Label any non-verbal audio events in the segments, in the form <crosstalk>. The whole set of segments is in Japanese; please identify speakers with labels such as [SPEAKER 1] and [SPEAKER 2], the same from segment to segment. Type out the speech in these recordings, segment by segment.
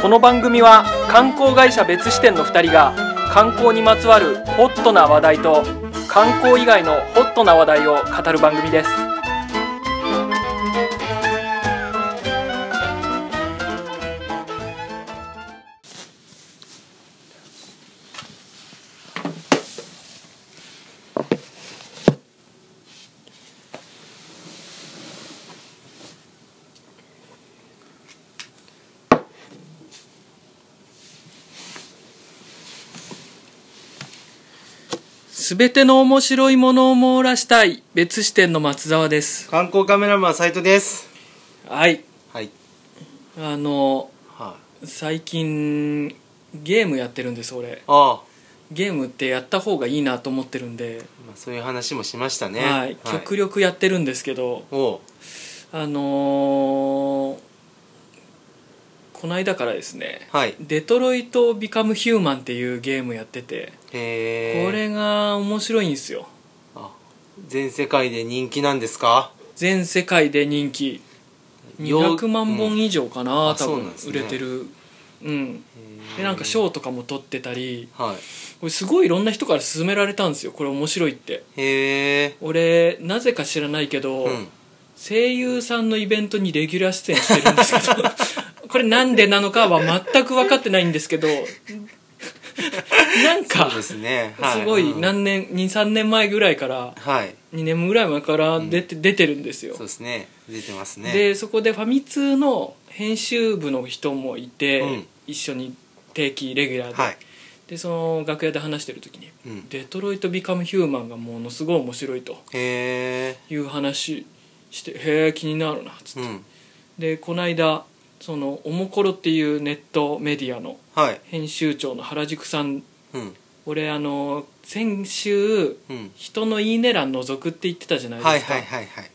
[SPEAKER 1] この番組は観光会社別支店の2人が観光にまつわるホットな話題と観光以外のホットな話題を語る番組ですすべての面白いものを網羅したい別支店の松沢です
[SPEAKER 2] 観光カメラマン斉藤です
[SPEAKER 1] はい
[SPEAKER 2] はい
[SPEAKER 1] あの
[SPEAKER 2] はい
[SPEAKER 1] 最近ゲームやってるんです俺
[SPEAKER 2] ああ、
[SPEAKER 1] ゲームってやった方がいいなと思ってるんで、
[SPEAKER 2] まあ、そういう話もしましたね
[SPEAKER 1] はい、極力やってるんですけど、
[SPEAKER 2] おう
[SPEAKER 1] あのーこの間からですね
[SPEAKER 2] はい
[SPEAKER 1] 「デトロイト・ビカム・ヒューマン」っていうゲームやってて
[SPEAKER 2] へえ
[SPEAKER 1] これが面白いんですよ
[SPEAKER 2] あ全世界で人気なんですか
[SPEAKER 1] 全世界で人気
[SPEAKER 2] よ
[SPEAKER 1] 200万本以上かな、
[SPEAKER 2] うんあ
[SPEAKER 1] 多
[SPEAKER 2] そうなん
[SPEAKER 1] 分
[SPEAKER 2] です
[SPEAKER 1] 売
[SPEAKER 2] ね
[SPEAKER 1] れてるうんでなんか
[SPEAKER 2] ョ
[SPEAKER 1] 賞とかも取ってたり
[SPEAKER 2] はい
[SPEAKER 1] これすごいいろんな人から勧められたんですよこれ面白いって
[SPEAKER 2] へえ
[SPEAKER 1] 俺なぜか知らないけど、
[SPEAKER 2] うん
[SPEAKER 1] 声優さんのイベントにレギュラー出演してるんです
[SPEAKER 2] <laughs>
[SPEAKER 1] けどこれなんでなのかは全く分かってないんですけどなん
[SPEAKER 2] そ
[SPEAKER 1] か
[SPEAKER 2] うですね、
[SPEAKER 1] すごい
[SPEAKER 2] うん
[SPEAKER 1] 何年23年前ぐらいから
[SPEAKER 2] はい
[SPEAKER 1] 2年ぐらい前から出て,、出てるんですよ
[SPEAKER 2] そうですね出てますね
[SPEAKER 1] でそこでファミ通の編集部の人もいて、
[SPEAKER 2] うん
[SPEAKER 1] 一緒に定期レギュラーで,、
[SPEAKER 2] はい
[SPEAKER 1] でその楽屋で話してる時に「
[SPEAKER 2] うん
[SPEAKER 1] デトロイト・ビカム・ヒューマン」がものすごい面白いと
[SPEAKER 2] へえ
[SPEAKER 1] いう話して「へえ気になるな」っつって、
[SPEAKER 2] うん
[SPEAKER 1] でこの間そのおもころっていうネットメディアの
[SPEAKER 2] はい
[SPEAKER 1] 編集長の原宿さん
[SPEAKER 2] うん
[SPEAKER 1] 俺あの先週
[SPEAKER 2] うん
[SPEAKER 1] 人の「いいね欄覗く」って言ってたじゃない
[SPEAKER 2] はい
[SPEAKER 1] ですか、
[SPEAKER 2] はいはいはい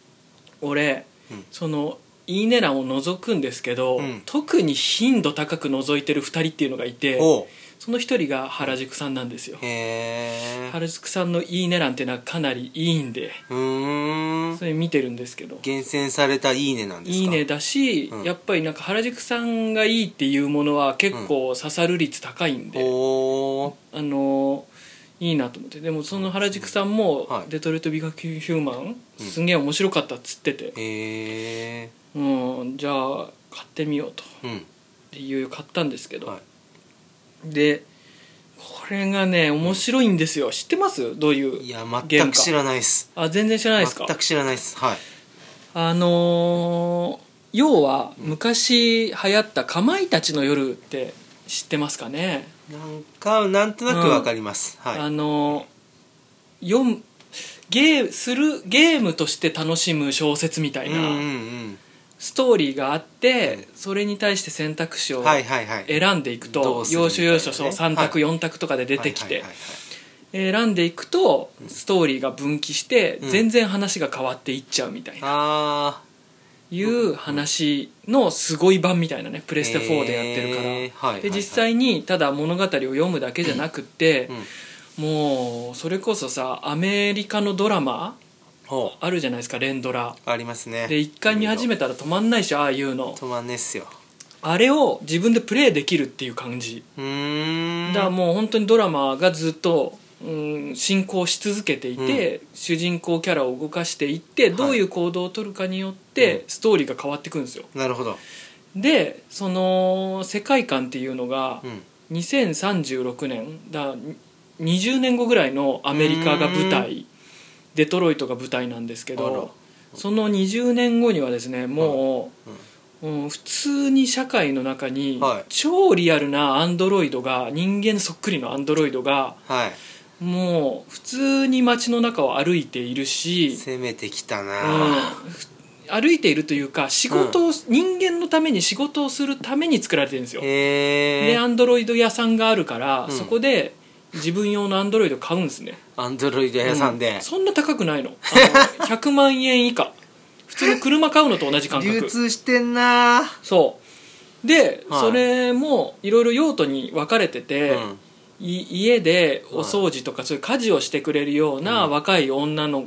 [SPEAKER 1] 俺
[SPEAKER 2] うん
[SPEAKER 1] その「いいね」欄を覗くんですけど、
[SPEAKER 2] うん
[SPEAKER 1] 特に頻度高く覗いてる2人っていうのがいて
[SPEAKER 2] おう
[SPEAKER 1] その1人が原宿さんなんですよ
[SPEAKER 2] へえ
[SPEAKER 1] 原宿さんの「いいね」欄っていうのはかなりいいんで
[SPEAKER 2] うーん
[SPEAKER 1] それ見てるんですけど
[SPEAKER 2] 厳選された「いいね」なんですか
[SPEAKER 1] いいねだし、
[SPEAKER 2] うん
[SPEAKER 1] やっぱりなんか原宿さんがいいっていうものは結構刺さる率高いんで、
[SPEAKER 2] おお
[SPEAKER 1] あのいいなと思ってでもその原宿さんも
[SPEAKER 2] は
[SPEAKER 1] 「
[SPEAKER 2] い
[SPEAKER 1] デトロイト・ビカヒューマン」
[SPEAKER 2] うん
[SPEAKER 1] すげえ面白かったっつってて、
[SPEAKER 2] へえ
[SPEAKER 1] うん、じゃあ買ってみようと
[SPEAKER 2] うん
[SPEAKER 1] でいよいよ買ったんですけど、
[SPEAKER 2] はい
[SPEAKER 1] でこれがね面白いんですよ知ってますどういう
[SPEAKER 2] いや
[SPEAKER 1] ゲー
[SPEAKER 2] 全
[SPEAKER 1] ム
[SPEAKER 2] く
[SPEAKER 1] か
[SPEAKER 2] 知らないです
[SPEAKER 1] あ全然知らないですか
[SPEAKER 2] 全く知らないですはい
[SPEAKER 1] あのー要は昔流行った「かまいたちの夜」って知ってますかね、
[SPEAKER 2] なんかなんとなくわかります、
[SPEAKER 1] あ
[SPEAKER 2] はい
[SPEAKER 1] のー読むゲーするゲームとして楽しむ小説みたい
[SPEAKER 2] うんうん
[SPEAKER 1] なストーリがあって、それに対して選択肢
[SPEAKER 2] う
[SPEAKER 1] を
[SPEAKER 2] んはいはいはい
[SPEAKER 1] 選んでいく
[SPEAKER 2] ど
[SPEAKER 1] と
[SPEAKER 2] うする
[SPEAKER 1] 要所要所
[SPEAKER 2] み
[SPEAKER 1] そ
[SPEAKER 2] たいうなね
[SPEAKER 1] 3択4択とかで出てき
[SPEAKER 2] は
[SPEAKER 1] て
[SPEAKER 2] いはいはい
[SPEAKER 1] 選んでいくとストーリーが分岐して
[SPEAKER 2] うん
[SPEAKER 1] 全然話が変わっていっちゃうみたいな
[SPEAKER 2] ああ
[SPEAKER 1] いう話のすごい版みたいなねプ
[SPEAKER 2] プ
[SPEAKER 1] レステ4でやってるから、
[SPEAKER 2] はい
[SPEAKER 1] で実
[SPEAKER 2] に、
[SPEAKER 1] 際にただ物語を読むだけじゃなくって
[SPEAKER 2] う、ん、
[SPEAKER 1] もうそれこそさアメリカのドラマ
[SPEAKER 2] ほ
[SPEAKER 1] あるじゃないですか連ドラ
[SPEAKER 2] うありますね
[SPEAKER 1] で一回見始
[SPEAKER 2] め
[SPEAKER 1] めたら止まんないしああいうの
[SPEAKER 2] 止まんねっすよ
[SPEAKER 1] あれを自分でプレイできるっていう感じ
[SPEAKER 2] うーん
[SPEAKER 1] だからもう本当にドラマがずっと、うん、進行し続けていて、主人公キャラを動かしていってどういう行動を取るかによって、
[SPEAKER 2] うん
[SPEAKER 1] ストーリーが変わってくるんですよ
[SPEAKER 2] なるほど、
[SPEAKER 1] でその世界観っていうのが
[SPEAKER 2] うん、
[SPEAKER 1] 2036年だ20年後ぐらいのアメリカが舞台デトロイトが舞台なんですけ
[SPEAKER 2] あら
[SPEAKER 1] どその20年後にはですねもう、うん普通に社会の中に
[SPEAKER 2] はい
[SPEAKER 1] 超リアルなアンドロイドが人間そっくりのアンドロイドが
[SPEAKER 2] は
[SPEAKER 1] もう普通に街の中を歩いている
[SPEAKER 2] い
[SPEAKER 1] し、
[SPEAKER 2] 攻めてきた
[SPEAKER 1] う
[SPEAKER 2] な、
[SPEAKER 1] ん歩いているというか仕事を、人間のために仕事をするために作られてるんですよ。
[SPEAKER 2] へ
[SPEAKER 1] で
[SPEAKER 2] え
[SPEAKER 1] アンドロイド屋さんがあるから、
[SPEAKER 2] うん
[SPEAKER 1] そこで自分用のアンドロイド買うんですね
[SPEAKER 2] アンドロイド屋さん
[SPEAKER 1] う
[SPEAKER 2] で、
[SPEAKER 1] そんな高くないのあ
[SPEAKER 2] <laughs>
[SPEAKER 1] の100万円以下普通の車買うのと同じ感
[SPEAKER 2] 流
[SPEAKER 1] 覚
[SPEAKER 2] 通してんなー
[SPEAKER 1] そうで、
[SPEAKER 2] はい
[SPEAKER 1] それもいろいろ用途に分かれてて、
[SPEAKER 2] うん
[SPEAKER 1] い家でお
[SPEAKER 2] はい
[SPEAKER 1] 掃除とかそういう家事をしてくれるような若い女の、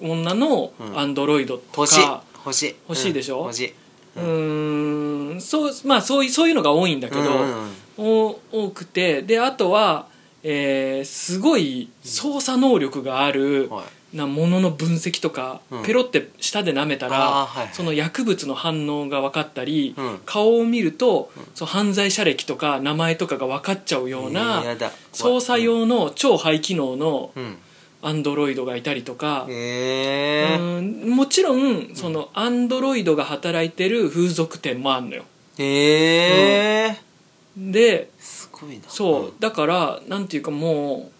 [SPEAKER 1] 女の
[SPEAKER 2] うん
[SPEAKER 1] アンドロイドと
[SPEAKER 2] 欲しい
[SPEAKER 1] か、
[SPEAKER 2] 欲しい
[SPEAKER 1] 欲しいでしょ
[SPEAKER 2] うん欲しい
[SPEAKER 1] うーんそうまあそういそういうのが多いんだけど、
[SPEAKER 2] うん
[SPEAKER 1] お多くてであとは、えーすごい操作能力がある、
[SPEAKER 2] はい
[SPEAKER 1] なものの分析とか、
[SPEAKER 2] うん
[SPEAKER 1] ペロって舌で舐めた
[SPEAKER 2] あー
[SPEAKER 1] ら、
[SPEAKER 2] はいはい
[SPEAKER 1] その薬物の反応が分かったり、
[SPEAKER 2] うん
[SPEAKER 1] 顔を見ると、そう犯罪者歴とか名前とかが分かっちゃうような、
[SPEAKER 2] えーやだ
[SPEAKER 1] 操作用の超ハイ機能の
[SPEAKER 2] うん
[SPEAKER 1] アンドロイドがいたりとか、
[SPEAKER 2] えー
[SPEAKER 1] うんもちろんそのアンドロイドが働いてる風俗店もあるのよ
[SPEAKER 2] えー
[SPEAKER 1] です
[SPEAKER 2] ごいな
[SPEAKER 1] そう、だからなんていうかも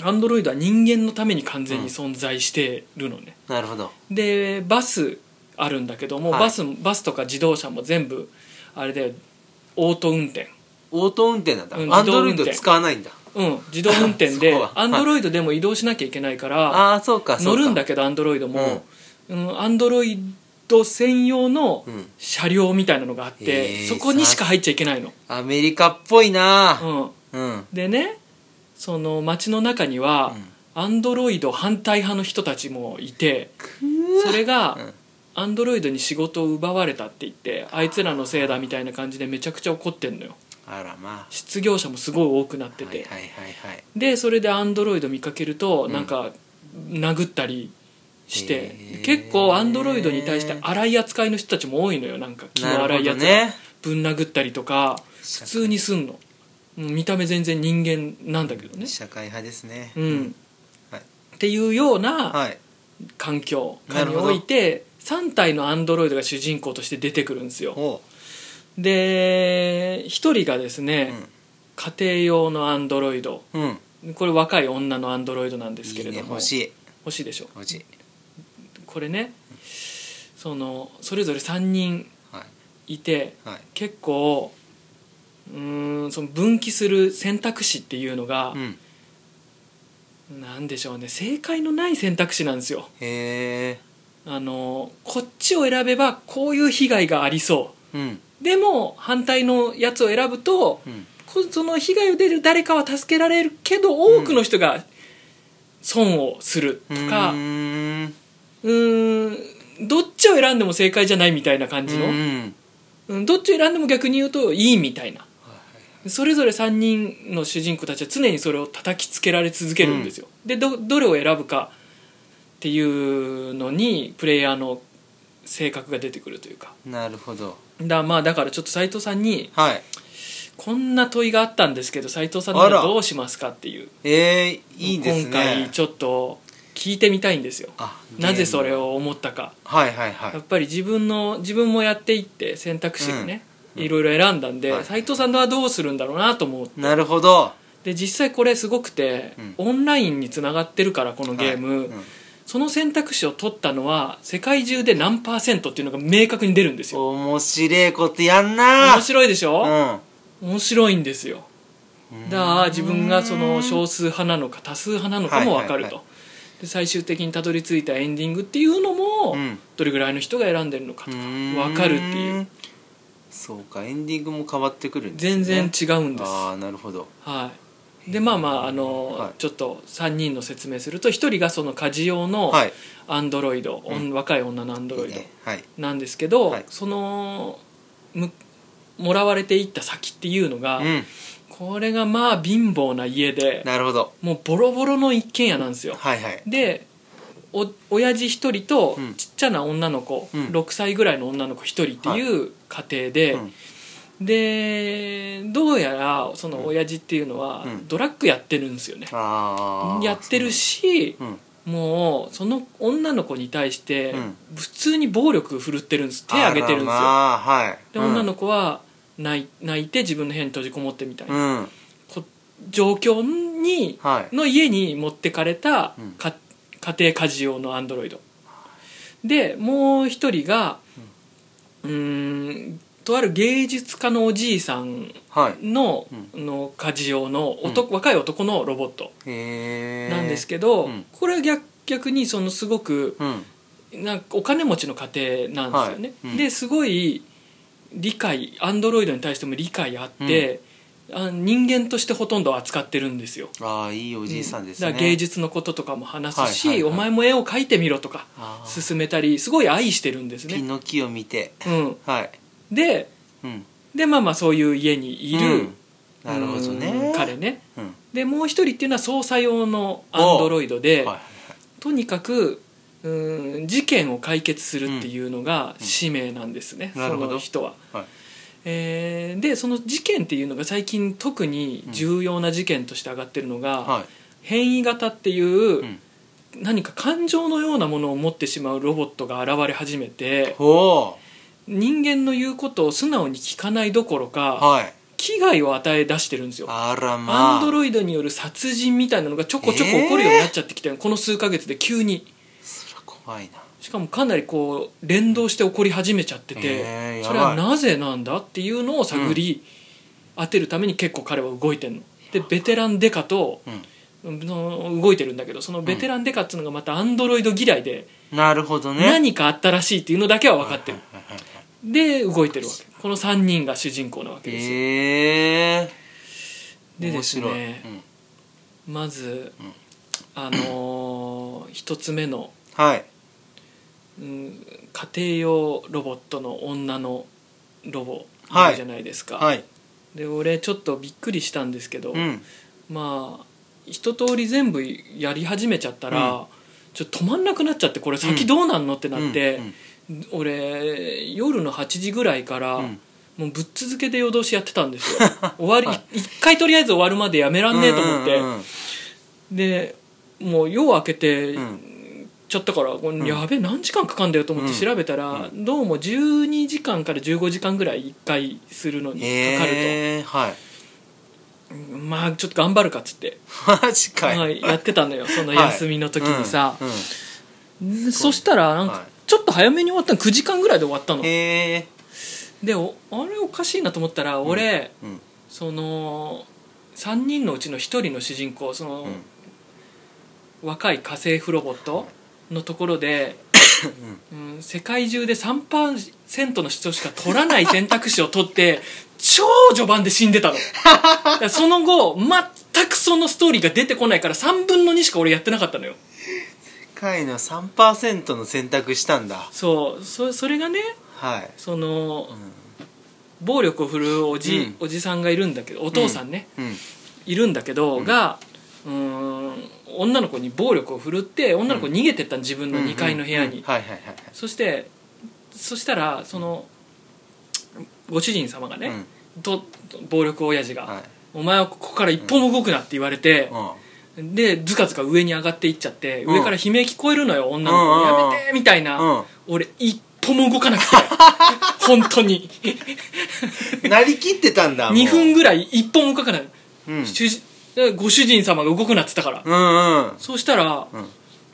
[SPEAKER 1] うアンドロイドは人間のために完全に存在してるのね、
[SPEAKER 2] うんなるほど
[SPEAKER 1] でバスあるんだけども、
[SPEAKER 2] はい
[SPEAKER 1] バスバスとか自動車も全部あれでオート運転
[SPEAKER 2] オート運転なんだ
[SPEAKER 1] うん
[SPEAKER 2] アンドロイ
[SPEAKER 1] 自動運
[SPEAKER 2] ド
[SPEAKER 1] 転
[SPEAKER 2] 使わないんだ
[SPEAKER 1] うん自動運転で
[SPEAKER 2] <laughs> そこは
[SPEAKER 1] アンドロイドでも移動しなきゃいけないから
[SPEAKER 2] ああーそうかそうか
[SPEAKER 1] 乗るんだけどアンドロイドもアンドロイド専用の
[SPEAKER 2] うん
[SPEAKER 1] 車両みたいなのがあって、
[SPEAKER 2] へー
[SPEAKER 1] そこにしか入っちゃいけないの、
[SPEAKER 2] アメリカっぽいな
[SPEAKER 1] うん、
[SPEAKER 2] うん
[SPEAKER 1] でねその街の中には、アンドロイド反対派の人たちもいてそれが、
[SPEAKER 2] うん
[SPEAKER 1] アンドロイドに仕事を奪われたって言ってあいつらのせいだみたいな感じでめちゃくちゃ怒ってんのよ
[SPEAKER 2] あらまあ
[SPEAKER 1] 失業者もすごい多くなって
[SPEAKER 2] はい
[SPEAKER 1] て、
[SPEAKER 2] はいはいはい
[SPEAKER 1] でそれでアンドロイド見かけると、
[SPEAKER 2] ん
[SPEAKER 1] なんか殴ったりして
[SPEAKER 2] へー
[SPEAKER 1] 結構アンドロイドに対して荒い扱いの人たちも多いのよなんか気の
[SPEAKER 2] な
[SPEAKER 1] 荒
[SPEAKER 2] る
[SPEAKER 1] い
[SPEAKER 2] ほ
[SPEAKER 1] や
[SPEAKER 2] ど
[SPEAKER 1] つが
[SPEAKER 2] ね
[SPEAKER 1] ぶん殴ったりとか普通にすんのうん見た目全然人間なんだけどね
[SPEAKER 2] 社会派ですね
[SPEAKER 1] うん
[SPEAKER 2] はい
[SPEAKER 1] っていうような
[SPEAKER 2] はい
[SPEAKER 1] 環境
[SPEAKER 2] な
[SPEAKER 1] 下
[SPEAKER 2] る
[SPEAKER 1] に
[SPEAKER 2] ほど
[SPEAKER 1] おいて3体のアンドロイドが主人公として出てくるんですよ
[SPEAKER 2] おう
[SPEAKER 1] で1人がですね、家庭用のアンドロイド
[SPEAKER 2] うんうん
[SPEAKER 1] これ若い女のアンドロイドなんです
[SPEAKER 2] い
[SPEAKER 1] け
[SPEAKER 2] い
[SPEAKER 1] れど
[SPEAKER 2] ね
[SPEAKER 1] も
[SPEAKER 2] 欲しい
[SPEAKER 1] 欲しいでしょ
[SPEAKER 2] 欲しい
[SPEAKER 1] これねそのそれぞれ3人
[SPEAKER 2] はい
[SPEAKER 1] いて
[SPEAKER 2] はい
[SPEAKER 1] 結構うーんその分岐する選択肢っていうのが
[SPEAKER 2] う、ん
[SPEAKER 1] なんでしょうね正解のない選択肢なんですよ
[SPEAKER 2] へえ
[SPEAKER 1] あのこっちを選べばこういう被害がありそ
[SPEAKER 2] うん
[SPEAKER 1] うでも反対のやつを選ぶと
[SPEAKER 2] うん
[SPEAKER 1] こその被害を出る誰かは助けられるけど多くの人が損をするとか
[SPEAKER 2] う
[SPEAKER 1] う
[SPEAKER 2] ーん
[SPEAKER 1] ーんどっちを選んでも正解じゃないみたいな感じの、
[SPEAKER 2] うん
[SPEAKER 1] うんどっちを選んでも逆に言うといいみたいなそれぞれ3人の主人公たちは常にそれを叩きつけられ続けるんですよ、でどどれを選ぶかっていうのにプレイヤーの性格が出てくるというか
[SPEAKER 2] なるほど
[SPEAKER 1] だまあだからちょっと斎藤さんに
[SPEAKER 2] はい
[SPEAKER 1] こんな問いがあったんですけど斎藤さんな
[SPEAKER 2] あ
[SPEAKER 1] ら
[SPEAKER 2] ら
[SPEAKER 1] どうしますかっていう
[SPEAKER 2] えー、いいですね
[SPEAKER 1] 今回ちょっと聞いてみたいんですよ
[SPEAKER 2] あ
[SPEAKER 1] なぜそれ
[SPEAKER 2] を
[SPEAKER 1] を思ったか
[SPEAKER 2] はいはいはい
[SPEAKER 1] やっぱり自分の自分もやっていって選択肢をね、いろいろ選んだんで
[SPEAKER 2] はい
[SPEAKER 1] 斎、藤さんはどうするんだろうなと思う
[SPEAKER 2] なるほど
[SPEAKER 1] で実際これすごくて、
[SPEAKER 2] う
[SPEAKER 1] オンラインにつながってるからこのゲーム、
[SPEAKER 2] はいうん
[SPEAKER 1] その選択肢を取ったのは世界中で何パーセントっていうのが明確に出るんですよ
[SPEAKER 2] 面白いことやんな
[SPEAKER 1] 面白いでしょ、
[SPEAKER 2] うん
[SPEAKER 1] 面白いんですよだから自分がその少数派なのか多数派なのかも分かると、
[SPEAKER 2] はいはいは
[SPEAKER 1] で最終的にたどり着いたエンディングっていうのも、
[SPEAKER 2] うん
[SPEAKER 1] どれぐらいの人が選んでるのかとか分かるっていう
[SPEAKER 2] ーんそうかエンディングも変わってくるんですね
[SPEAKER 1] 全然違うんです、
[SPEAKER 2] ああなるほど
[SPEAKER 1] はい、でまあまああの、
[SPEAKER 2] はい
[SPEAKER 1] ちょっと3人の説明すると1人がその家事用の
[SPEAKER 2] はい
[SPEAKER 1] アンドロイド、おん若い女のアンド
[SPEAKER 2] い
[SPEAKER 1] ロ
[SPEAKER 2] い
[SPEAKER 1] イド
[SPEAKER 2] ねはい
[SPEAKER 1] なんですけど、
[SPEAKER 2] はい
[SPEAKER 1] そのむもらわれていった先っていうのが、
[SPEAKER 2] うん
[SPEAKER 1] これがまあ貧乏な家で
[SPEAKER 2] なるほど
[SPEAKER 1] もうボロボロの一軒家なんですよ
[SPEAKER 2] はいはい
[SPEAKER 1] でお親父一人と
[SPEAKER 2] うん
[SPEAKER 1] ちっちゃな女の子、
[SPEAKER 2] うん
[SPEAKER 1] 6歳ぐらいの女の子一人っていう家庭で、
[SPEAKER 2] うん
[SPEAKER 1] でどうやらその親父っていうのは
[SPEAKER 2] うん
[SPEAKER 1] ドラッグやってるんですよね、
[SPEAKER 2] ああ
[SPEAKER 1] やってるし
[SPEAKER 2] うん
[SPEAKER 1] もうその女の子に対して
[SPEAKER 2] うん
[SPEAKER 1] 普通に暴力振るってるんです手挙げてるんですよ、
[SPEAKER 2] あらまあはい
[SPEAKER 1] で
[SPEAKER 2] うん
[SPEAKER 1] 女の子は泣い泣いて自分の部屋に閉じこもってみたいな、
[SPEAKER 2] うん
[SPEAKER 1] こ状況に
[SPEAKER 2] はい
[SPEAKER 1] の家に持ってかれた
[SPEAKER 2] うん
[SPEAKER 1] か家庭家事用のアンドロイドでもう一人がうーんとある芸術家のおじいさん
[SPEAKER 2] はい
[SPEAKER 1] の,、
[SPEAKER 2] う
[SPEAKER 1] の家事用の男、若い男のロボット
[SPEAKER 2] へえ
[SPEAKER 1] なんですけど、
[SPEAKER 2] うん
[SPEAKER 1] これは逆逆にそのすごく
[SPEAKER 2] うん
[SPEAKER 1] なんかお金持ちの家庭なんですよね、
[SPEAKER 2] はいうん
[SPEAKER 1] ですごい理解アンドロイドに対しても理解あって、あ人間としてほとんど扱ってるんですよ
[SPEAKER 2] ああいいおじいさんですね、
[SPEAKER 1] だから芸術のこととかも話すし、
[SPEAKER 2] はいはいはい
[SPEAKER 1] お前も絵を描いてみろとか
[SPEAKER 2] あー
[SPEAKER 1] 勧めたりすごい愛してるんです
[SPEAKER 2] ピ
[SPEAKER 1] ね、
[SPEAKER 2] ノキを見て
[SPEAKER 1] うん、
[SPEAKER 2] はい、
[SPEAKER 1] で
[SPEAKER 2] うん、
[SPEAKER 1] でまあまあそういう家にいる、
[SPEAKER 2] うんなるほど
[SPEAKER 1] う
[SPEAKER 2] ね
[SPEAKER 1] ん彼ね
[SPEAKER 2] うんは
[SPEAKER 1] でもう一人っていうのは捜査用のアンドロイドで、
[SPEAKER 2] いはいはい
[SPEAKER 1] とにかくうん事件を解決するっていうのが使命なんですね、
[SPEAKER 2] うんなる
[SPEAKER 1] そ
[SPEAKER 2] ほど
[SPEAKER 1] の人は。
[SPEAKER 2] はい
[SPEAKER 1] えーでその事件っていうのが最近特に重要な事件として上がってるのが、
[SPEAKER 2] はい
[SPEAKER 1] 変異型っていううん何か感情のようなものを持ってしまうロボットが現れ始めて
[SPEAKER 2] ほ
[SPEAKER 1] 人間の言うことを素直に聞かないどころ
[SPEAKER 2] う
[SPEAKER 1] か
[SPEAKER 2] はい
[SPEAKER 1] 危害を与え出してるんですよ。
[SPEAKER 2] あらまあ
[SPEAKER 1] アンドロイドによる殺人みたいなのがちょこちょこ起こるようになっちゃってきてる、この数ヶ月で急に
[SPEAKER 2] そら怖いな
[SPEAKER 1] しかもかなりこう連動して起こり始めちゃってて、
[SPEAKER 2] えーやばい
[SPEAKER 1] それはなぜなんだっていうのを探り当てるために結構彼は動いてるの。でベテランデカと
[SPEAKER 2] う
[SPEAKER 1] の動いてるんだけどそのベテランデカっていうのがまたアンドロイド嫌いで
[SPEAKER 2] んなるほどね
[SPEAKER 1] 何かあったらしいっていうのだけは分かってる
[SPEAKER 2] はいはいは
[SPEAKER 1] で
[SPEAKER 2] い
[SPEAKER 1] 動いてるわけこの3人が主人公なわけですよ
[SPEAKER 2] ええ
[SPEAKER 1] で
[SPEAKER 2] 面
[SPEAKER 1] です
[SPEAKER 2] 白い
[SPEAKER 1] ね
[SPEAKER 2] うん
[SPEAKER 1] まず
[SPEAKER 2] うん
[SPEAKER 1] あのー一つ目の、
[SPEAKER 2] はい
[SPEAKER 1] うん家庭用ロボットの女のロボ
[SPEAKER 2] はい
[SPEAKER 1] いるじゃないですか、
[SPEAKER 2] はい
[SPEAKER 1] で俺ちょっとびっくりしたんですけど、
[SPEAKER 2] うん
[SPEAKER 1] まあ一通り全部やり始めちゃったら、
[SPEAKER 2] うん
[SPEAKER 1] ちょっと止まんなくなっちゃってこれ先どうなんのってなって、
[SPEAKER 2] うん
[SPEAKER 1] 俺夜の8時ぐらいから、
[SPEAKER 2] うん
[SPEAKER 1] もうぶっ続けで夜通しやってたんです
[SPEAKER 2] <laughs>
[SPEAKER 1] よ終わり一回とりあえず終わるまでやめらんねえと思って、
[SPEAKER 2] うんうんうん
[SPEAKER 1] でもう夜明けて、
[SPEAKER 2] うん
[SPEAKER 1] ちゃったからこれ
[SPEAKER 2] ん
[SPEAKER 1] やべえ何時間かかんだよと思って調べたら、どうも12時間から15時間ぐらい1回するのにかかると、
[SPEAKER 2] ええはい
[SPEAKER 1] まあちょっと頑張るかっつって、
[SPEAKER 2] <laughs> マジか
[SPEAKER 1] はいいやってたの
[SPEAKER 2] <laughs>
[SPEAKER 1] よその休みの時にさ、
[SPEAKER 2] うんうん
[SPEAKER 1] でそしたらなん
[SPEAKER 2] はい
[SPEAKER 1] かちょっと早めに終わったの9時間ぐらいで終わったの
[SPEAKER 2] へえ
[SPEAKER 1] でおあれおかしいなと思ったら俺、
[SPEAKER 2] うん
[SPEAKER 1] その3人のうちの1人の主人公その、
[SPEAKER 2] うん
[SPEAKER 1] 若い家政婦ロボットのところで、うん、世界中で3%の人しか取らない選択肢を取って超序盤で死んでた
[SPEAKER 2] <laughs>
[SPEAKER 1] のだからその後全くそのストーリーが出てこないから3分の2しか俺やってなかったのよ
[SPEAKER 2] 世界の3%の選択したんだ
[SPEAKER 1] そうそそれがね
[SPEAKER 2] はい
[SPEAKER 1] その、
[SPEAKER 2] ん
[SPEAKER 1] 暴力を振るうおじ,、
[SPEAKER 2] うん
[SPEAKER 1] おじさんがいるんだけどお父さんね、
[SPEAKER 2] うん
[SPEAKER 1] いるんだけど、がうーん女の子に暴力を振るって女の子逃げてったの自分の2階の部屋に、
[SPEAKER 2] うんはいはいはい
[SPEAKER 1] そしてそしたらその、ご主人様が
[SPEAKER 2] はい
[SPEAKER 1] ね、とと暴力親父が、
[SPEAKER 2] はい
[SPEAKER 1] お前はここから一歩も動くな」って言われて、でずかずか上に上がっていっちゃって、
[SPEAKER 2] うん
[SPEAKER 1] 上から悲鳴聞こえるのよ女の子、
[SPEAKER 2] うんうんうん
[SPEAKER 1] やめて」みたいな、
[SPEAKER 2] うん
[SPEAKER 1] 俺一歩も動かな
[SPEAKER 2] <laughs>
[SPEAKER 1] くて本当に
[SPEAKER 2] うんなりきってたんだもう
[SPEAKER 1] 2分ぐらい一歩も動かない、
[SPEAKER 2] うん
[SPEAKER 1] 主人ご主人様が動くなって言ったから、
[SPEAKER 2] うんうん
[SPEAKER 1] そうしたら
[SPEAKER 2] うん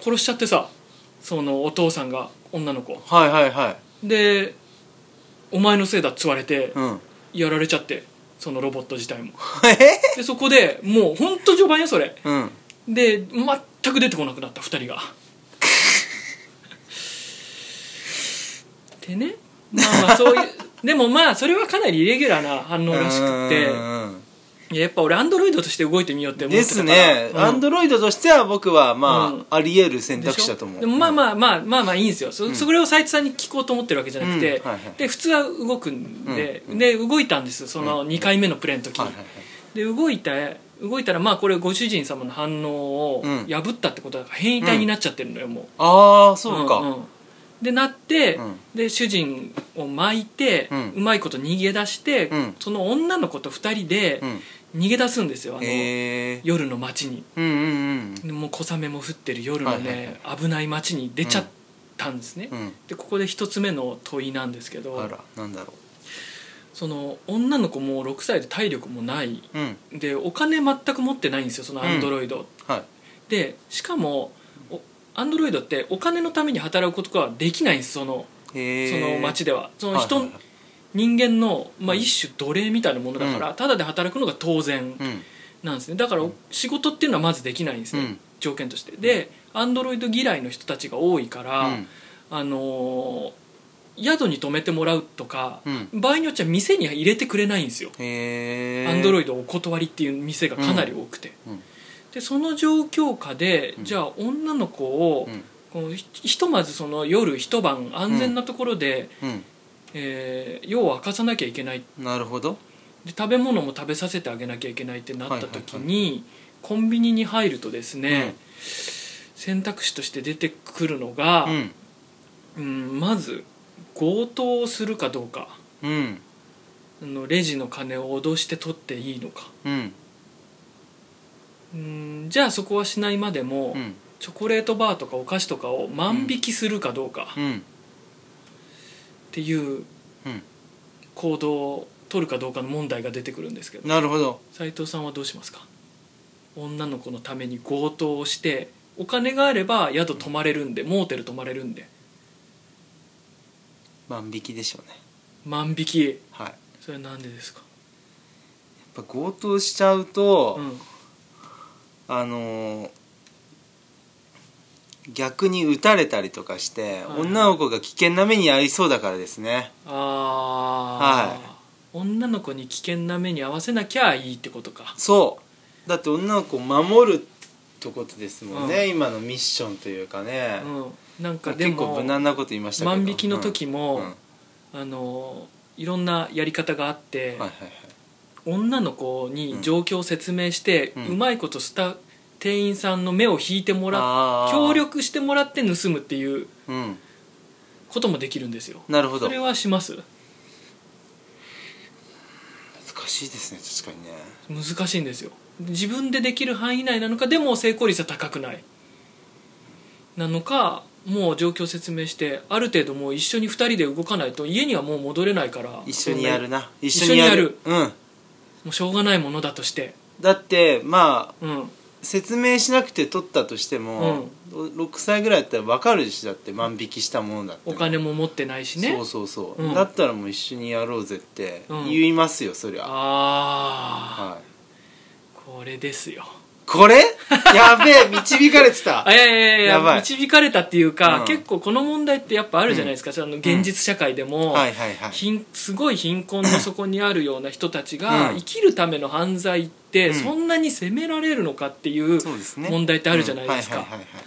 [SPEAKER 1] 殺しちゃってさそのお父さんが女の子
[SPEAKER 2] はいはいはい
[SPEAKER 1] でお前のせいだっつわれて
[SPEAKER 2] うん
[SPEAKER 1] やられちゃってそのロボット自体も
[SPEAKER 2] え
[SPEAKER 1] でそこでもうほんと序盤よそれ
[SPEAKER 2] うん
[SPEAKER 1] で全く出てこなくなった2人がでねまあまあそう
[SPEAKER 2] <laughs>
[SPEAKER 1] いうでもまあそれはかなりイレギュラーな反応らしくっ
[SPEAKER 2] うん
[SPEAKER 1] て
[SPEAKER 2] うんうん
[SPEAKER 1] いややっぱ俺アンドロイドとして動いてみようって思っ
[SPEAKER 2] で
[SPEAKER 1] てた
[SPEAKER 2] す
[SPEAKER 1] から
[SPEAKER 2] ね、
[SPEAKER 1] うん
[SPEAKER 2] アンドロイドとしては僕はまあ、
[SPEAKER 1] うん
[SPEAKER 2] あり得る選
[SPEAKER 1] で
[SPEAKER 2] 択肢
[SPEAKER 1] しょ
[SPEAKER 2] だと思う
[SPEAKER 1] でもまあまあまあまあまあいいんですよそ,、それを斉藤さんに聞こうと思ってるわけじゃなくて、
[SPEAKER 2] うんはいはい
[SPEAKER 1] で普通は動くんで、
[SPEAKER 2] うん
[SPEAKER 1] で動いたんですその2回目のプレーの時に、
[SPEAKER 2] はいはいはい
[SPEAKER 1] で動いた動いたらまあこれご主人様の反応を
[SPEAKER 2] うん
[SPEAKER 1] 破ったってことだから変異体になっちゃってるのよ、もう
[SPEAKER 2] ああそうか、
[SPEAKER 1] んんでなって、
[SPEAKER 2] うん
[SPEAKER 1] で主人を巻いて、
[SPEAKER 2] う
[SPEAKER 1] うんまいこと逃げ出して、
[SPEAKER 2] うん
[SPEAKER 1] その女の子と2人で
[SPEAKER 2] うん
[SPEAKER 1] 逃げ出すんですよあの、
[SPEAKER 2] えー、
[SPEAKER 1] 夜の街に
[SPEAKER 2] うんうん
[SPEAKER 1] でもう小雨も降ってる夜のね、
[SPEAKER 2] はいはい
[SPEAKER 1] 危ない街に出ちゃったんですね、
[SPEAKER 2] うん
[SPEAKER 1] でここで一つ目の問いなんですけ
[SPEAKER 2] うんあ
[SPEAKER 1] ど
[SPEAKER 2] らなんだろ
[SPEAKER 1] その女の子もう6歳で体力もないう
[SPEAKER 2] うん
[SPEAKER 1] でお金全く持ってないんですよそのアンドロイド、
[SPEAKER 2] はい
[SPEAKER 1] でしかもアンドロイドってお金のために働くことはできないんですその
[SPEAKER 2] え
[SPEAKER 1] そ
[SPEAKER 2] ー、
[SPEAKER 1] の街ではその
[SPEAKER 2] はい
[SPEAKER 1] 人、
[SPEAKER 2] はいはい
[SPEAKER 1] 人間の、まあ、一種奴隷みたいなものだから、ただで働くのが当然
[SPEAKER 2] うん
[SPEAKER 1] なんですねだからお仕事っていうのはまずできないんですね、
[SPEAKER 2] うん
[SPEAKER 1] 条件としてでアンドロイド嫌いの人たちが多いから、
[SPEAKER 2] うん
[SPEAKER 1] あのー宿に泊めてもらうとか、
[SPEAKER 2] うん
[SPEAKER 1] 場合によっちゃ店には入れてくれないんですよ
[SPEAKER 2] へえ
[SPEAKER 1] アンドロイドお断りっていう店がかなり多くて、
[SPEAKER 2] うん
[SPEAKER 1] でその状況下で、
[SPEAKER 2] うん
[SPEAKER 1] じゃあ女の子を、
[SPEAKER 2] うん
[SPEAKER 1] こうひひとまずその夜一晩安全なところで、えー用を明かさなきゃいけない
[SPEAKER 2] うんなるほど
[SPEAKER 1] で食べ物も食べさせてあげなきゃいけないってなった時に、コンビニに入るとですね、選択肢として出てくるのが、
[SPEAKER 2] うん
[SPEAKER 1] うんまず強盗をするかどうか
[SPEAKER 2] うん
[SPEAKER 1] あのレジの金を脅して取っていいのか
[SPEAKER 2] うん
[SPEAKER 1] うんじゃあそこはしないまでも、
[SPEAKER 2] うん
[SPEAKER 1] チョコレートバーとかお菓子とかを万引きするかどうかっ
[SPEAKER 2] うん
[SPEAKER 1] ていう
[SPEAKER 2] うん
[SPEAKER 1] 行動を取るかどうかの問題が出てくるんですけど
[SPEAKER 2] なるほど
[SPEAKER 1] 斉藤さんはどうしますか女の子のために強盗をしてお金があれば宿泊まれるんでモーテル泊まれるんで
[SPEAKER 2] 万引きでしょうね
[SPEAKER 1] 万引き
[SPEAKER 2] はいやっ
[SPEAKER 1] それはなんでですか、
[SPEAKER 2] ぱ強盗しちゃうと、
[SPEAKER 1] うん、
[SPEAKER 2] あのー逆に撃たれたりとかして、
[SPEAKER 1] はい
[SPEAKER 2] 女の子が危険な目に遭いそうだからですね
[SPEAKER 1] ああ、
[SPEAKER 2] は
[SPEAKER 1] 女の子に危険な目に合わせなきゃいいってことか
[SPEAKER 2] そうだって女の子を守るってことですもんね、
[SPEAKER 1] う
[SPEAKER 2] 今のミッションというかね、
[SPEAKER 1] うん、なんかで
[SPEAKER 2] 結構
[SPEAKER 1] も
[SPEAKER 2] 無難なこと言いましたけど
[SPEAKER 1] 万引きの時
[SPEAKER 2] うん
[SPEAKER 1] も、
[SPEAKER 2] うんはい
[SPEAKER 1] あのいろんなやり方があって、
[SPEAKER 2] はいはい
[SPEAKER 1] 女の子に状況を説明して、う
[SPEAKER 2] うん
[SPEAKER 1] まいことした店員さんの目を引いてもらっ
[SPEAKER 2] あー
[SPEAKER 1] 協力してもらって盗むっていう
[SPEAKER 2] うん
[SPEAKER 1] こともできるんですよ
[SPEAKER 2] なるほど
[SPEAKER 1] それ
[SPEAKER 2] 難
[SPEAKER 1] はします
[SPEAKER 2] しいですね確かにね
[SPEAKER 1] 難しいんですよ自分でできる範囲内なのかでも成功率は高くないなのかもう状況を説明してある程度もう一緒に2人で動かないと家にはもう戻れないから
[SPEAKER 2] 一緒にやるな一
[SPEAKER 1] 緒にやる
[SPEAKER 2] 緒にやるうん
[SPEAKER 1] もうしょうがないものだとして
[SPEAKER 2] だってまあ
[SPEAKER 1] うん
[SPEAKER 2] 説明しなくて取ったとしても、6歳ぐらいだったら分かるしだって万引きしたものだって
[SPEAKER 1] お金も持ってないしね
[SPEAKER 2] そうそうそう、
[SPEAKER 1] うん
[SPEAKER 2] だったらもう一緒にやろうぜって
[SPEAKER 1] うん
[SPEAKER 2] 言いますよ、そりゃ、
[SPEAKER 1] ああ
[SPEAKER 2] はい、
[SPEAKER 1] これですよ
[SPEAKER 2] これやべえ導かれてた
[SPEAKER 1] あいやいやいや
[SPEAKER 2] やばい
[SPEAKER 1] 導かれたっていうか、
[SPEAKER 2] うん
[SPEAKER 1] 結構この問題ってやっぱあるじゃないですか、その現実社会でも、
[SPEAKER 2] はいはいはい
[SPEAKER 1] 貧すごい貧困の底にあるような人たちが
[SPEAKER 2] うん
[SPEAKER 1] 生きるための犯罪って
[SPEAKER 2] うん
[SPEAKER 1] そんなに責められるのかっていう
[SPEAKER 2] そうですね
[SPEAKER 1] 問題ってあるじゃないです
[SPEAKER 2] うん
[SPEAKER 1] か
[SPEAKER 2] はいはいはいは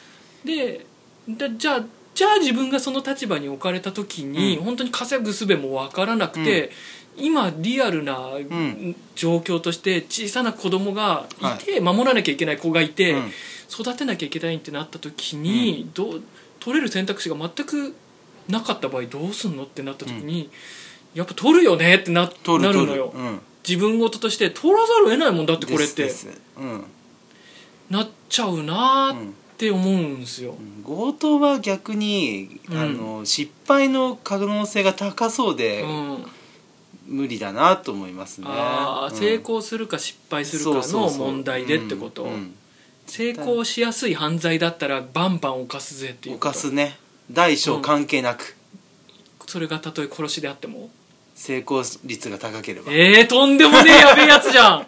[SPEAKER 2] い
[SPEAKER 1] でだじゃあじゃあ自分がその立場に置かれた時に
[SPEAKER 2] うん
[SPEAKER 1] 本当に稼ぐ術も分からなくて今リアルなん状況として小さな子供がいて守らなきゃいけない子がいて
[SPEAKER 2] うん
[SPEAKER 1] 育てなきゃいけないってなった時にどう取れる選択肢が全くなかった場合どうすんのってなった時にやっぱ取るよねってなな
[SPEAKER 2] 取る
[SPEAKER 1] る
[SPEAKER 2] 取
[SPEAKER 1] の
[SPEAKER 2] る
[SPEAKER 1] よ
[SPEAKER 2] うん、
[SPEAKER 1] 自分事として取らざるを得ないもんだってこれっ
[SPEAKER 2] で
[SPEAKER 1] て
[SPEAKER 2] すですうん
[SPEAKER 1] なっちゃうな
[SPEAKER 2] う
[SPEAKER 1] ーっ
[SPEAKER 2] ん
[SPEAKER 1] て思うんですよ。
[SPEAKER 2] 強盗は逆に、
[SPEAKER 1] うん
[SPEAKER 2] あの失敗の可能性が高そうで、
[SPEAKER 1] うん
[SPEAKER 2] 無理だなと思いますね
[SPEAKER 1] あー
[SPEAKER 2] うん
[SPEAKER 1] 成功するか失敗するか
[SPEAKER 2] そうそ
[SPEAKER 1] の
[SPEAKER 2] うそう
[SPEAKER 1] 問題でってこと
[SPEAKER 2] うんうん
[SPEAKER 1] 成功しやすい犯罪だったらバンバン犯すぜっていうこと
[SPEAKER 2] 犯すね大小関係なく、
[SPEAKER 1] それがたとえ殺しであっても
[SPEAKER 2] 成功率が高ければ
[SPEAKER 1] えー、とんでもねえやべえやつじ
[SPEAKER 2] <laughs>
[SPEAKER 1] ゃん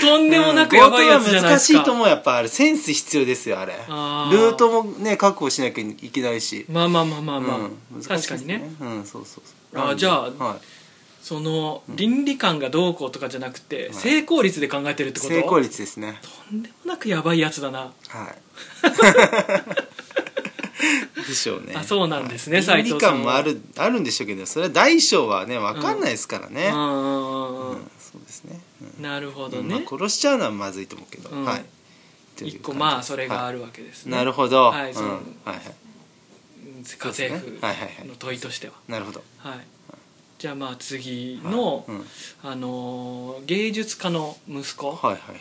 [SPEAKER 1] とんでもなくやばいやつじゃないです
[SPEAKER 2] うん強盗は難しいと
[SPEAKER 1] か、
[SPEAKER 2] 思うやっぱあれセンス必要ですよあれ
[SPEAKER 1] あー
[SPEAKER 2] ルートもね確保しなきゃいけないし
[SPEAKER 1] まあまあまあまあまあ、
[SPEAKER 2] うん難
[SPEAKER 1] 確
[SPEAKER 2] しい
[SPEAKER 1] か
[SPEAKER 2] です
[SPEAKER 1] にね
[SPEAKER 2] うんそうそうそう
[SPEAKER 1] あーじゃあ
[SPEAKER 2] はい
[SPEAKER 1] その倫理観がどうこうとかじゃなくて、
[SPEAKER 2] い
[SPEAKER 1] 成功率で考えてるってこと
[SPEAKER 2] 成功率ですね
[SPEAKER 1] とんでもなくやばいやつだな <laughs>
[SPEAKER 2] はいでしょうね
[SPEAKER 1] あそうなんですね
[SPEAKER 2] はい
[SPEAKER 1] 斉藤
[SPEAKER 2] 倫理
[SPEAKER 1] さんは
[SPEAKER 2] 観もあるあるんでしょうけどそれは大小はね分かんないですから
[SPEAKER 1] う
[SPEAKER 2] ね、
[SPEAKER 1] んうんうん
[SPEAKER 2] う
[SPEAKER 1] うんん
[SPEAKER 2] そうですね、うん
[SPEAKER 1] なるほど
[SPEAKER 2] まあ
[SPEAKER 1] ね、
[SPEAKER 2] 殺しちゃうのはまずいと思うけど、
[SPEAKER 1] うん
[SPEAKER 2] はいという
[SPEAKER 1] 一個
[SPEAKER 2] 感じ
[SPEAKER 1] まあそれがあ
[SPEAKER 2] はい
[SPEAKER 1] るわけですね、
[SPEAKER 2] なるほど、
[SPEAKER 1] はいその
[SPEAKER 2] うんはいはい
[SPEAKER 1] うん家政婦
[SPEAKER 2] はいはいはい
[SPEAKER 1] の問いとしては、
[SPEAKER 2] なるほど
[SPEAKER 1] はいじゃあまあ次の、
[SPEAKER 2] はいうん
[SPEAKER 1] あのー芸術家の息子
[SPEAKER 2] はいはいはい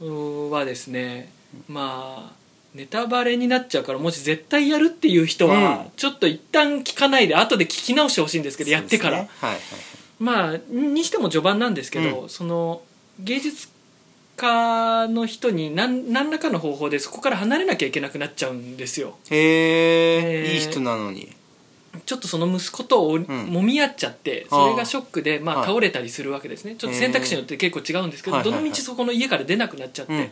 [SPEAKER 2] う
[SPEAKER 1] ーはですねまあネタバレになっちゃうからもし絶対やるっていう人は、
[SPEAKER 2] うん
[SPEAKER 1] ちょっと一旦聞かないで後で聞き直してほしいんですけどやってから、
[SPEAKER 2] そうですねはいはい
[SPEAKER 1] まあにしても序盤なんですけど、
[SPEAKER 2] う
[SPEAKER 1] その芸術家の人に何何らかの方法でそこから離れなきゃいけなくなっちゃうんですよ
[SPEAKER 2] へ
[SPEAKER 1] えー
[SPEAKER 2] えいい人なのに
[SPEAKER 1] ちょっとその息子とおり、
[SPEAKER 2] うん
[SPEAKER 1] 揉み合っちゃってそれがショックでまあ、
[SPEAKER 2] はい
[SPEAKER 1] 倒れたりするわけですねちょっと選択肢によって結構違うんですけど、
[SPEAKER 2] へー
[SPEAKER 1] どのみちそこの家から出なくなっちゃって、
[SPEAKER 2] うんうん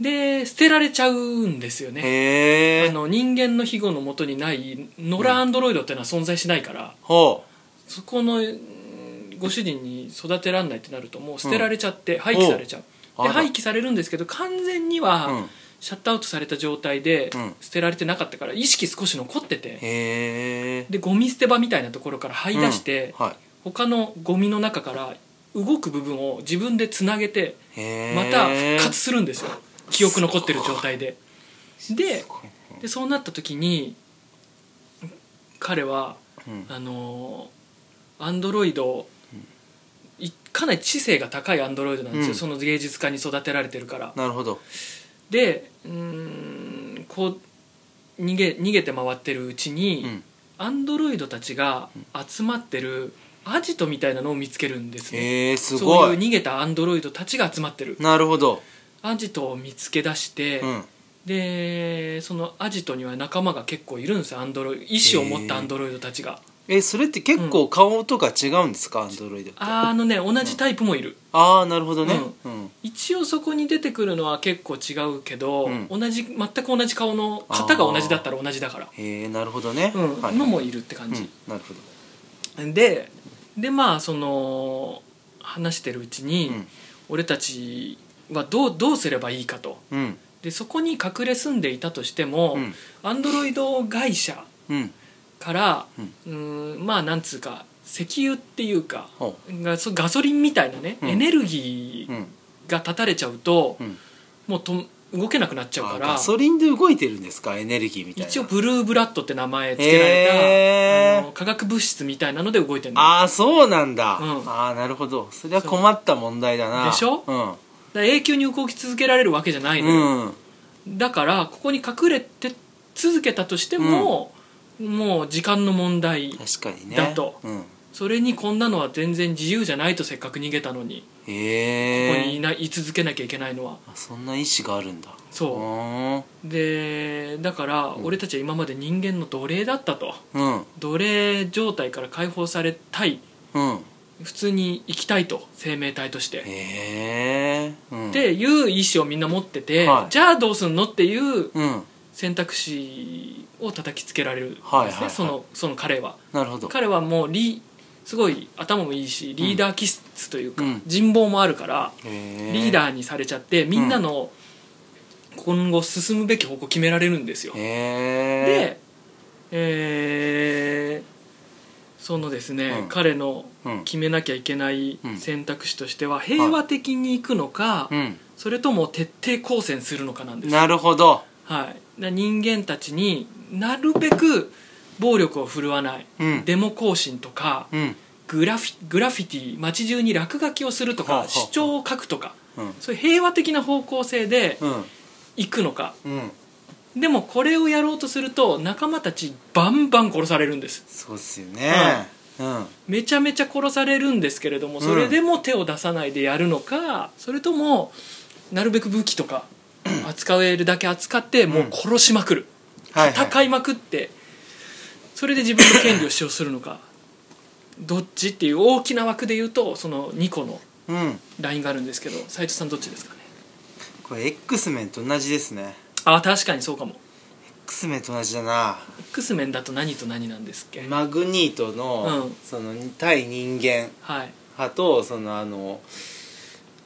[SPEAKER 1] で捨てられちゃうんですよね
[SPEAKER 2] へ
[SPEAKER 1] あ
[SPEAKER 2] え
[SPEAKER 1] の人間の庇護のもとにないノラアンドロイドっていうのは存在しないから
[SPEAKER 2] ほ
[SPEAKER 1] そこのうんご主人に育てらんないってなるともう捨てられちゃって廃棄されちゃう
[SPEAKER 2] おう
[SPEAKER 1] で
[SPEAKER 2] あら
[SPEAKER 1] 廃棄されるんですけど完全に
[SPEAKER 2] ううん
[SPEAKER 1] はシャットアウトされた状態で
[SPEAKER 2] うん
[SPEAKER 1] 捨てられてなかったから意識少し残ってて
[SPEAKER 2] へえ
[SPEAKER 1] でゴミ捨て場みたいなところから這い出して、
[SPEAKER 2] は
[SPEAKER 1] 他のゴミの中から動く部分を自分でつなげて
[SPEAKER 2] いへえ
[SPEAKER 1] また復活するんですよ記憶残ってる状態でです
[SPEAKER 2] ごいね
[SPEAKER 1] でそうなった時に彼は
[SPEAKER 2] うん
[SPEAKER 1] あのアンドロイドいかなり知性が高いアンドロイドなんですよ、
[SPEAKER 2] うん
[SPEAKER 1] その芸術家に育てられてるから
[SPEAKER 2] なるほど
[SPEAKER 1] でうーんこう逃げ逃げて回ってるうちに、
[SPEAKER 2] うん
[SPEAKER 1] アンドロイドたちが集まってるアジトみたいなのを見つけるんですね、
[SPEAKER 2] へえす
[SPEAKER 1] そう
[SPEAKER 2] ご
[SPEAKER 1] いう
[SPEAKER 2] い
[SPEAKER 1] 逃げたアンドロイドたちが集まってる
[SPEAKER 2] なるほど
[SPEAKER 1] アジトを見つけ出して、
[SPEAKER 2] うん
[SPEAKER 1] でそのアジトには仲間が結構いるんですよアンドロイド意志を持ったアンドロイドたちが、
[SPEAKER 2] えそれって結構顔とか違うんですかアンドロイドって
[SPEAKER 1] あのね同じタイプもいる、
[SPEAKER 2] ああなるほどねうん
[SPEAKER 1] 一応そこに出てくるのは結構違うけど、
[SPEAKER 2] うん
[SPEAKER 1] 同じ全く同じ顔の型が同じだったら同じだから、
[SPEAKER 2] へえなるほどね
[SPEAKER 1] うん
[SPEAKER 2] はい
[SPEAKER 1] のもいるって
[SPEAKER 2] うん
[SPEAKER 1] 感じ、
[SPEAKER 2] なるほど
[SPEAKER 1] ででまあその話してるうちに、
[SPEAKER 2] うん
[SPEAKER 1] 俺たちはどうどうすればいいかと
[SPEAKER 2] うん
[SPEAKER 1] でそこに隠れ住んでいたとしても、
[SPEAKER 2] うん
[SPEAKER 1] アンドロイド会社
[SPEAKER 2] うん
[SPEAKER 1] から、
[SPEAKER 2] う
[SPEAKER 1] うーんまあなんつうか石油っていうか
[SPEAKER 2] ほ
[SPEAKER 1] ガソガソリンみたいなね、
[SPEAKER 2] うん
[SPEAKER 1] エネルギ
[SPEAKER 2] うう
[SPEAKER 1] ー
[SPEAKER 2] ん
[SPEAKER 1] が断たれちゃうと、
[SPEAKER 2] うん
[SPEAKER 1] もうと動けなくなっちゃうか
[SPEAKER 2] あ
[SPEAKER 1] ら
[SPEAKER 2] ガソリンで動いてるんですかエネルギーみたいな
[SPEAKER 1] 一応ブルーブラッドって名前付けられた、
[SPEAKER 2] へー
[SPEAKER 1] あの化学物質みたいなので動いてるのだか
[SPEAKER 2] ああそうなんだ、
[SPEAKER 1] うん
[SPEAKER 2] ああなるほどそれは困った問題だな
[SPEAKER 1] でしょ
[SPEAKER 2] う
[SPEAKER 1] ら永久に動き続けられるわけじゃない
[SPEAKER 2] ん、
[SPEAKER 1] のよ、
[SPEAKER 2] うん、
[SPEAKER 1] だからここに隠れて続けたとしても、もう時間の問題
[SPEAKER 2] 確かにね
[SPEAKER 1] だと
[SPEAKER 2] うん、
[SPEAKER 1] それにこんなのは全然自由じゃないとせっかく逃げたのに、ここ
[SPEAKER 2] へ
[SPEAKER 1] にい
[SPEAKER 2] え
[SPEAKER 1] ない居続けなきゃいけないのは
[SPEAKER 2] そんな意志があるんだ
[SPEAKER 1] そう
[SPEAKER 2] う
[SPEAKER 1] でだから俺たちは今まで人間の奴隷だったと
[SPEAKER 2] うん
[SPEAKER 1] 奴隷状態から解放されたい
[SPEAKER 2] うん
[SPEAKER 1] 普通に生きたいと生命体として、
[SPEAKER 2] へえ、うん、
[SPEAKER 1] っていう意思をみんな持ってて、
[SPEAKER 2] はい
[SPEAKER 1] じゃあどうすんのっていう
[SPEAKER 2] うん
[SPEAKER 1] 選択肢を叩きつけられるんですね、
[SPEAKER 2] はいはいはい
[SPEAKER 1] そのその彼は
[SPEAKER 2] なるほど
[SPEAKER 1] 彼はもうリすごい頭もいいしリーダー気質というか、
[SPEAKER 2] うん
[SPEAKER 1] 人望もあるから、リ
[SPEAKER 2] リ
[SPEAKER 1] ーダーにされちゃってみんなの今後進むべき方向決められるんですよ、
[SPEAKER 2] へえ
[SPEAKER 1] で、えーそのですね、
[SPEAKER 2] うん
[SPEAKER 1] 彼の
[SPEAKER 2] うん
[SPEAKER 1] 決めなきゃいけない
[SPEAKER 2] うん
[SPEAKER 1] 選択肢としては平和的に行くのか、
[SPEAKER 2] うん、
[SPEAKER 1] それとも徹底抗戦するのかなんです、はい、
[SPEAKER 2] なるほど
[SPEAKER 1] だから人間たちになるべく暴力を振るわない、
[SPEAKER 2] うん
[SPEAKER 1] デモ行進とか
[SPEAKER 2] うん
[SPEAKER 1] グラフィグラフィティ街中に落書きをすると
[SPEAKER 2] はあは
[SPEAKER 1] か
[SPEAKER 2] あ
[SPEAKER 1] 主張を書くとか
[SPEAKER 2] うん
[SPEAKER 1] そういう平和的な方向性で
[SPEAKER 2] うん
[SPEAKER 1] 行くのか
[SPEAKER 2] うん
[SPEAKER 1] でもこれをやろうとすると仲間たちバンバン殺されるんです
[SPEAKER 2] そうっすよねうん
[SPEAKER 1] めちゃめちゃ殺されるんですけれどもそれでも手を出さないでやるのか、それともなるべく武器とか扱えるだけ扱ってもう殺しまくる、
[SPEAKER 2] はい
[SPEAKER 1] 戦
[SPEAKER 2] い
[SPEAKER 1] いまくってそれで自分の権利を主張するのかどっちっていう大きな枠で言うとその2個の
[SPEAKER 2] うん
[SPEAKER 1] ラインがあるんですけど斉藤さんどっちですかね
[SPEAKER 2] これ X メンと同じですね
[SPEAKER 1] ああ確かにそうかも
[SPEAKER 2] X メンと同じだな
[SPEAKER 1] X メンだと何と何なんですっけ、
[SPEAKER 2] マグニートの,、
[SPEAKER 1] うん
[SPEAKER 2] その対人間
[SPEAKER 1] はい
[SPEAKER 2] 派とそのあの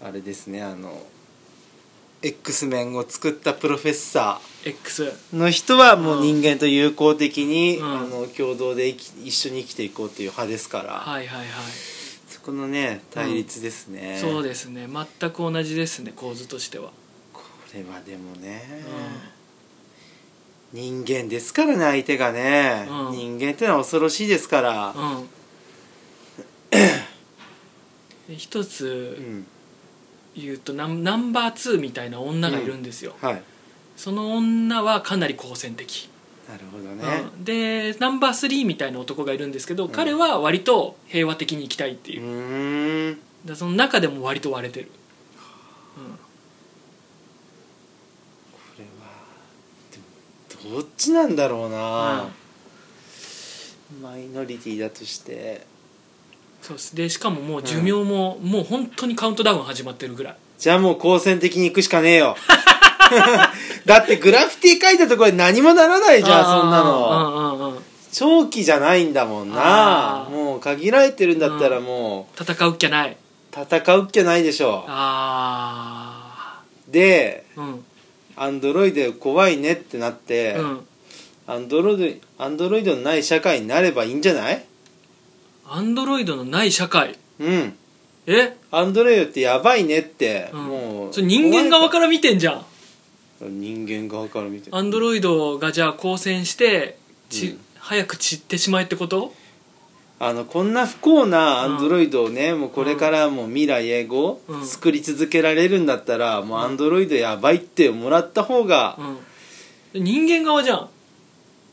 [SPEAKER 2] あれですねあの X 面を作ったプロフェッサ
[SPEAKER 1] X
[SPEAKER 2] ーの人はも
[SPEAKER 1] う
[SPEAKER 2] う
[SPEAKER 1] ん
[SPEAKER 2] 人間と友好的に、
[SPEAKER 1] うん
[SPEAKER 2] あの共同で生き一緒に生きていこうっていう派ですから、
[SPEAKER 1] はいはいはい、
[SPEAKER 2] そこのね対立ですね、
[SPEAKER 1] そうですね全く同じですね構図としては、
[SPEAKER 2] これはでもね、
[SPEAKER 1] うん
[SPEAKER 2] 人間ですからね相手がね、
[SPEAKER 1] うん
[SPEAKER 2] 人間ってのは恐ろしいですから、
[SPEAKER 1] うん一
[SPEAKER 2] う
[SPEAKER 1] つ
[SPEAKER 2] ん
[SPEAKER 1] 言うとナンナンバー2みたいな女がいるんですよ、
[SPEAKER 2] はい
[SPEAKER 1] その女はかなり好戦的、
[SPEAKER 2] なるほどね、
[SPEAKER 1] うんでナンバー3みたいな男がいるんですけど、彼は割と平和的に生きたいっていうう、だから
[SPEAKER 2] ーん
[SPEAKER 1] その中でも割と割れてる、
[SPEAKER 2] これはでもどっちなんだろうな、マイノリティだとして
[SPEAKER 1] そうですでしかももう寿命も、もう本当にカウントダウン始まってるぐらい
[SPEAKER 2] じゃあもう好戦的に行くしかねえよだってグラフィティ書いたところで何もならないじゃんそんなの
[SPEAKER 1] の、うんうんうん、
[SPEAKER 2] 長期じゃないんだもん
[SPEAKER 1] あ
[SPEAKER 2] な
[SPEAKER 1] ー
[SPEAKER 2] もう限られてるんだったらも
[SPEAKER 1] 戦うっきゃないう
[SPEAKER 2] 戦うっきゃないでしょ
[SPEAKER 1] あ
[SPEAKER 2] で
[SPEAKER 1] ーうん
[SPEAKER 2] アンドロイド怖いねってなって
[SPEAKER 1] うん
[SPEAKER 2] アンドロイドアンドロイドのない社会になればいいんじゃない
[SPEAKER 1] アンドロイドのない社会
[SPEAKER 2] うん
[SPEAKER 1] え
[SPEAKER 2] アンドロイドってやばいねって、
[SPEAKER 1] うん
[SPEAKER 2] もう
[SPEAKER 1] それ人間側から見てんじゃん
[SPEAKER 2] 人間側から見て
[SPEAKER 1] アンドロイドがじゃあ光線してち、
[SPEAKER 2] うん
[SPEAKER 1] 早く散ってしまえってこと
[SPEAKER 2] あのこんな不幸なアンドロイドをね、もうこれからもう未来永劫
[SPEAKER 1] うん
[SPEAKER 2] 作り続けられるんだったら、もうアンドロイドやばいってもらった方が、
[SPEAKER 1] うん人間側じゃん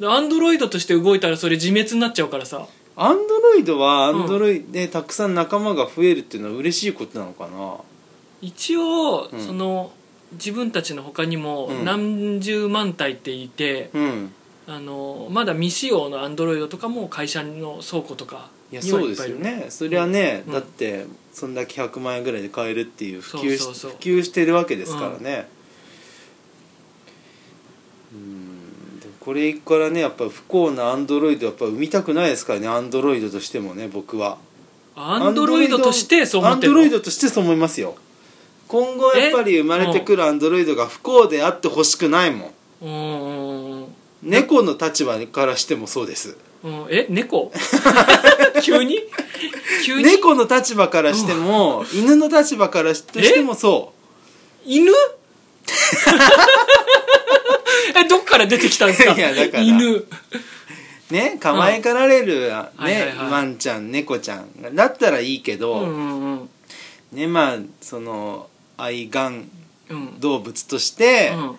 [SPEAKER 1] でアンドロイドとして動いたらそれ自滅になっちゃうからさ
[SPEAKER 2] アンドロイドはアンドロイドでたくさん仲間が増えるっていうのは嬉しいことなのかな
[SPEAKER 1] 一応、
[SPEAKER 2] うん
[SPEAKER 1] その自分たちの他にも
[SPEAKER 2] うん
[SPEAKER 1] 何十万体っていて、
[SPEAKER 2] うん
[SPEAKER 1] あのまだ未使用のアンドロイドとかも会社の倉庫とか
[SPEAKER 2] い
[SPEAKER 1] に
[SPEAKER 2] や
[SPEAKER 1] は
[SPEAKER 2] そう
[SPEAKER 1] い
[SPEAKER 2] で
[SPEAKER 1] っぱいい
[SPEAKER 2] す
[SPEAKER 1] る
[SPEAKER 2] よねそりゃね、
[SPEAKER 1] うん
[SPEAKER 2] だってそんだけ100万円ぐらいで買えるっていう普及し
[SPEAKER 1] そうそうそう
[SPEAKER 2] 普及してるわけですからねうんでもこれからねやっぱ不幸なアンドロイドやっぱ生みたくないですからねアンドロイドとしてもね僕は
[SPEAKER 1] アンドロイドとしてそう思ってる
[SPEAKER 2] アンド
[SPEAKER 1] の
[SPEAKER 2] ロイドとしてそう思いますよ今後やっぱり生まれてくるアンドロイドが不幸であってほしくないもん
[SPEAKER 1] うんうん
[SPEAKER 2] 猫の立場からしてもそうです
[SPEAKER 1] うんうんえ
[SPEAKER 2] <laughs>
[SPEAKER 1] 猫急に急に
[SPEAKER 2] 猫の立場からしても犬の立場からしとしてもそう
[SPEAKER 1] 犬 <laughs> えどっから出てきたんですか
[SPEAKER 2] いやだから
[SPEAKER 1] 犬
[SPEAKER 2] ね可愛がられる、ね
[SPEAKER 1] はいはいはい
[SPEAKER 2] ワンちゃん猫ちゃんだったらいいけ
[SPEAKER 1] う
[SPEAKER 2] ど、
[SPEAKER 1] んうんうん
[SPEAKER 2] ねまあその愛玩
[SPEAKER 1] うん
[SPEAKER 2] 動物として、
[SPEAKER 1] うん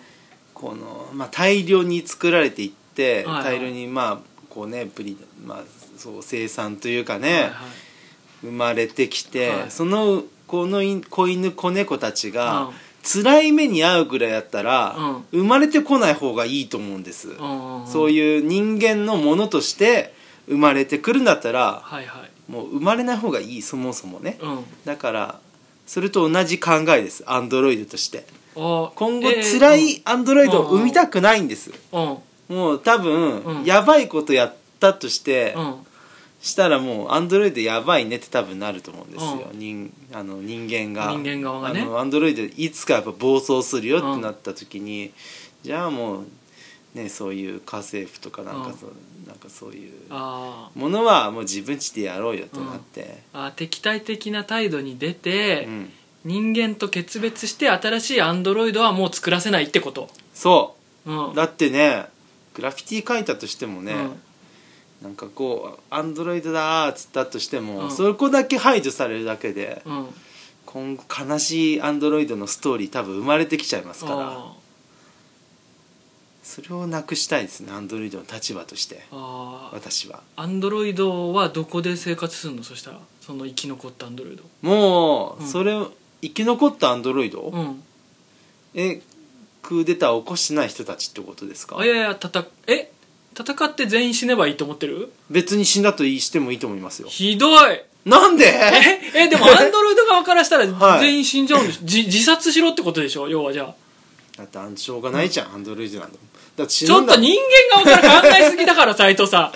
[SPEAKER 2] このまあ、大量に作られていって、
[SPEAKER 1] はいはい
[SPEAKER 2] 大量にまあこうねプリ、まあ、そう生産というか
[SPEAKER 1] は
[SPEAKER 2] ね、
[SPEAKER 1] いはい
[SPEAKER 2] 生まれてきて、
[SPEAKER 1] はい
[SPEAKER 2] そのこのい子犬子猫たち
[SPEAKER 1] う
[SPEAKER 2] が
[SPEAKER 1] ん、
[SPEAKER 2] 辛い目に遭うぐらいだったら、生まれてこない方がいいと思うんです、
[SPEAKER 1] うんうん
[SPEAKER 2] そう
[SPEAKER 1] うん
[SPEAKER 2] いう人間のものとして生まれてくるんだったら、
[SPEAKER 1] はいはい
[SPEAKER 2] もう生まれない方がいいそもそもね、
[SPEAKER 1] うん
[SPEAKER 2] だからそれと同じ考えですアンドロイドとして
[SPEAKER 1] あ
[SPEAKER 2] 今後
[SPEAKER 1] えー
[SPEAKER 2] 辛いアンドロイドを生みたくないんです、
[SPEAKER 1] うんうん
[SPEAKER 2] もう多分、
[SPEAKER 1] うん
[SPEAKER 2] やばいことやったとして、
[SPEAKER 1] うん
[SPEAKER 2] したらもうアンドロイドやばいねって多分なると思うんですよ、
[SPEAKER 1] う
[SPEAKER 2] 人あの人間が
[SPEAKER 1] 人間側がね
[SPEAKER 2] あのアンドロイドいつかやっぱ暴走するよってなった時に、じゃあもうねそういう家政婦とかなんかそう、なんかそういう
[SPEAKER 1] あー
[SPEAKER 2] ものはもう自分ちでやろうよってなって、
[SPEAKER 1] あー敵対的な態度に出
[SPEAKER 2] う
[SPEAKER 1] て、
[SPEAKER 2] ん
[SPEAKER 1] 人間と決別して新しいアンドロイドはもう作らせないってこと
[SPEAKER 2] そ
[SPEAKER 1] うん
[SPEAKER 2] うだってねグラフィティ書いたとしてもね、
[SPEAKER 1] うん
[SPEAKER 2] なんかこうアンドロイドだーっつったとして
[SPEAKER 1] う
[SPEAKER 2] も、
[SPEAKER 1] ん
[SPEAKER 2] そこだけ排除されるだけで、
[SPEAKER 1] うん
[SPEAKER 2] 今後悲しいアンドロイドのストーリー多分生まれてきちゃいますから。
[SPEAKER 1] あ
[SPEAKER 2] それをなくしたいですねアンドロイドの立場として
[SPEAKER 1] ーあ
[SPEAKER 2] 私は
[SPEAKER 1] ーアンドロイドはどこで生活するのそしたらその生き残ったアンドロイド
[SPEAKER 2] もう、
[SPEAKER 1] うん
[SPEAKER 2] それを生き残ったアンドロイド、
[SPEAKER 1] うん
[SPEAKER 2] えクーデターを起こしてない人たちってことですか
[SPEAKER 1] あいやいやたたえ戦って全員死ねばいいと思ってる
[SPEAKER 2] 別に死んだといいしてもいいと思いますよ
[SPEAKER 1] ひどい
[SPEAKER 2] なんで
[SPEAKER 1] ええでもアンドロイド側からした
[SPEAKER 2] は
[SPEAKER 1] ら
[SPEAKER 2] い
[SPEAKER 1] 全員死んじゃうんでしょ、じ自殺しろってことでしょ要はじゃあ
[SPEAKER 2] <laughs> だってあんしょうがないじゃん、アンドロイドなんだもんだって死
[SPEAKER 1] ちょ
[SPEAKER 2] ぬ
[SPEAKER 1] っ
[SPEAKER 2] んだ
[SPEAKER 1] と
[SPEAKER 2] もん
[SPEAKER 1] 人間側から考えすぎだから斎藤さん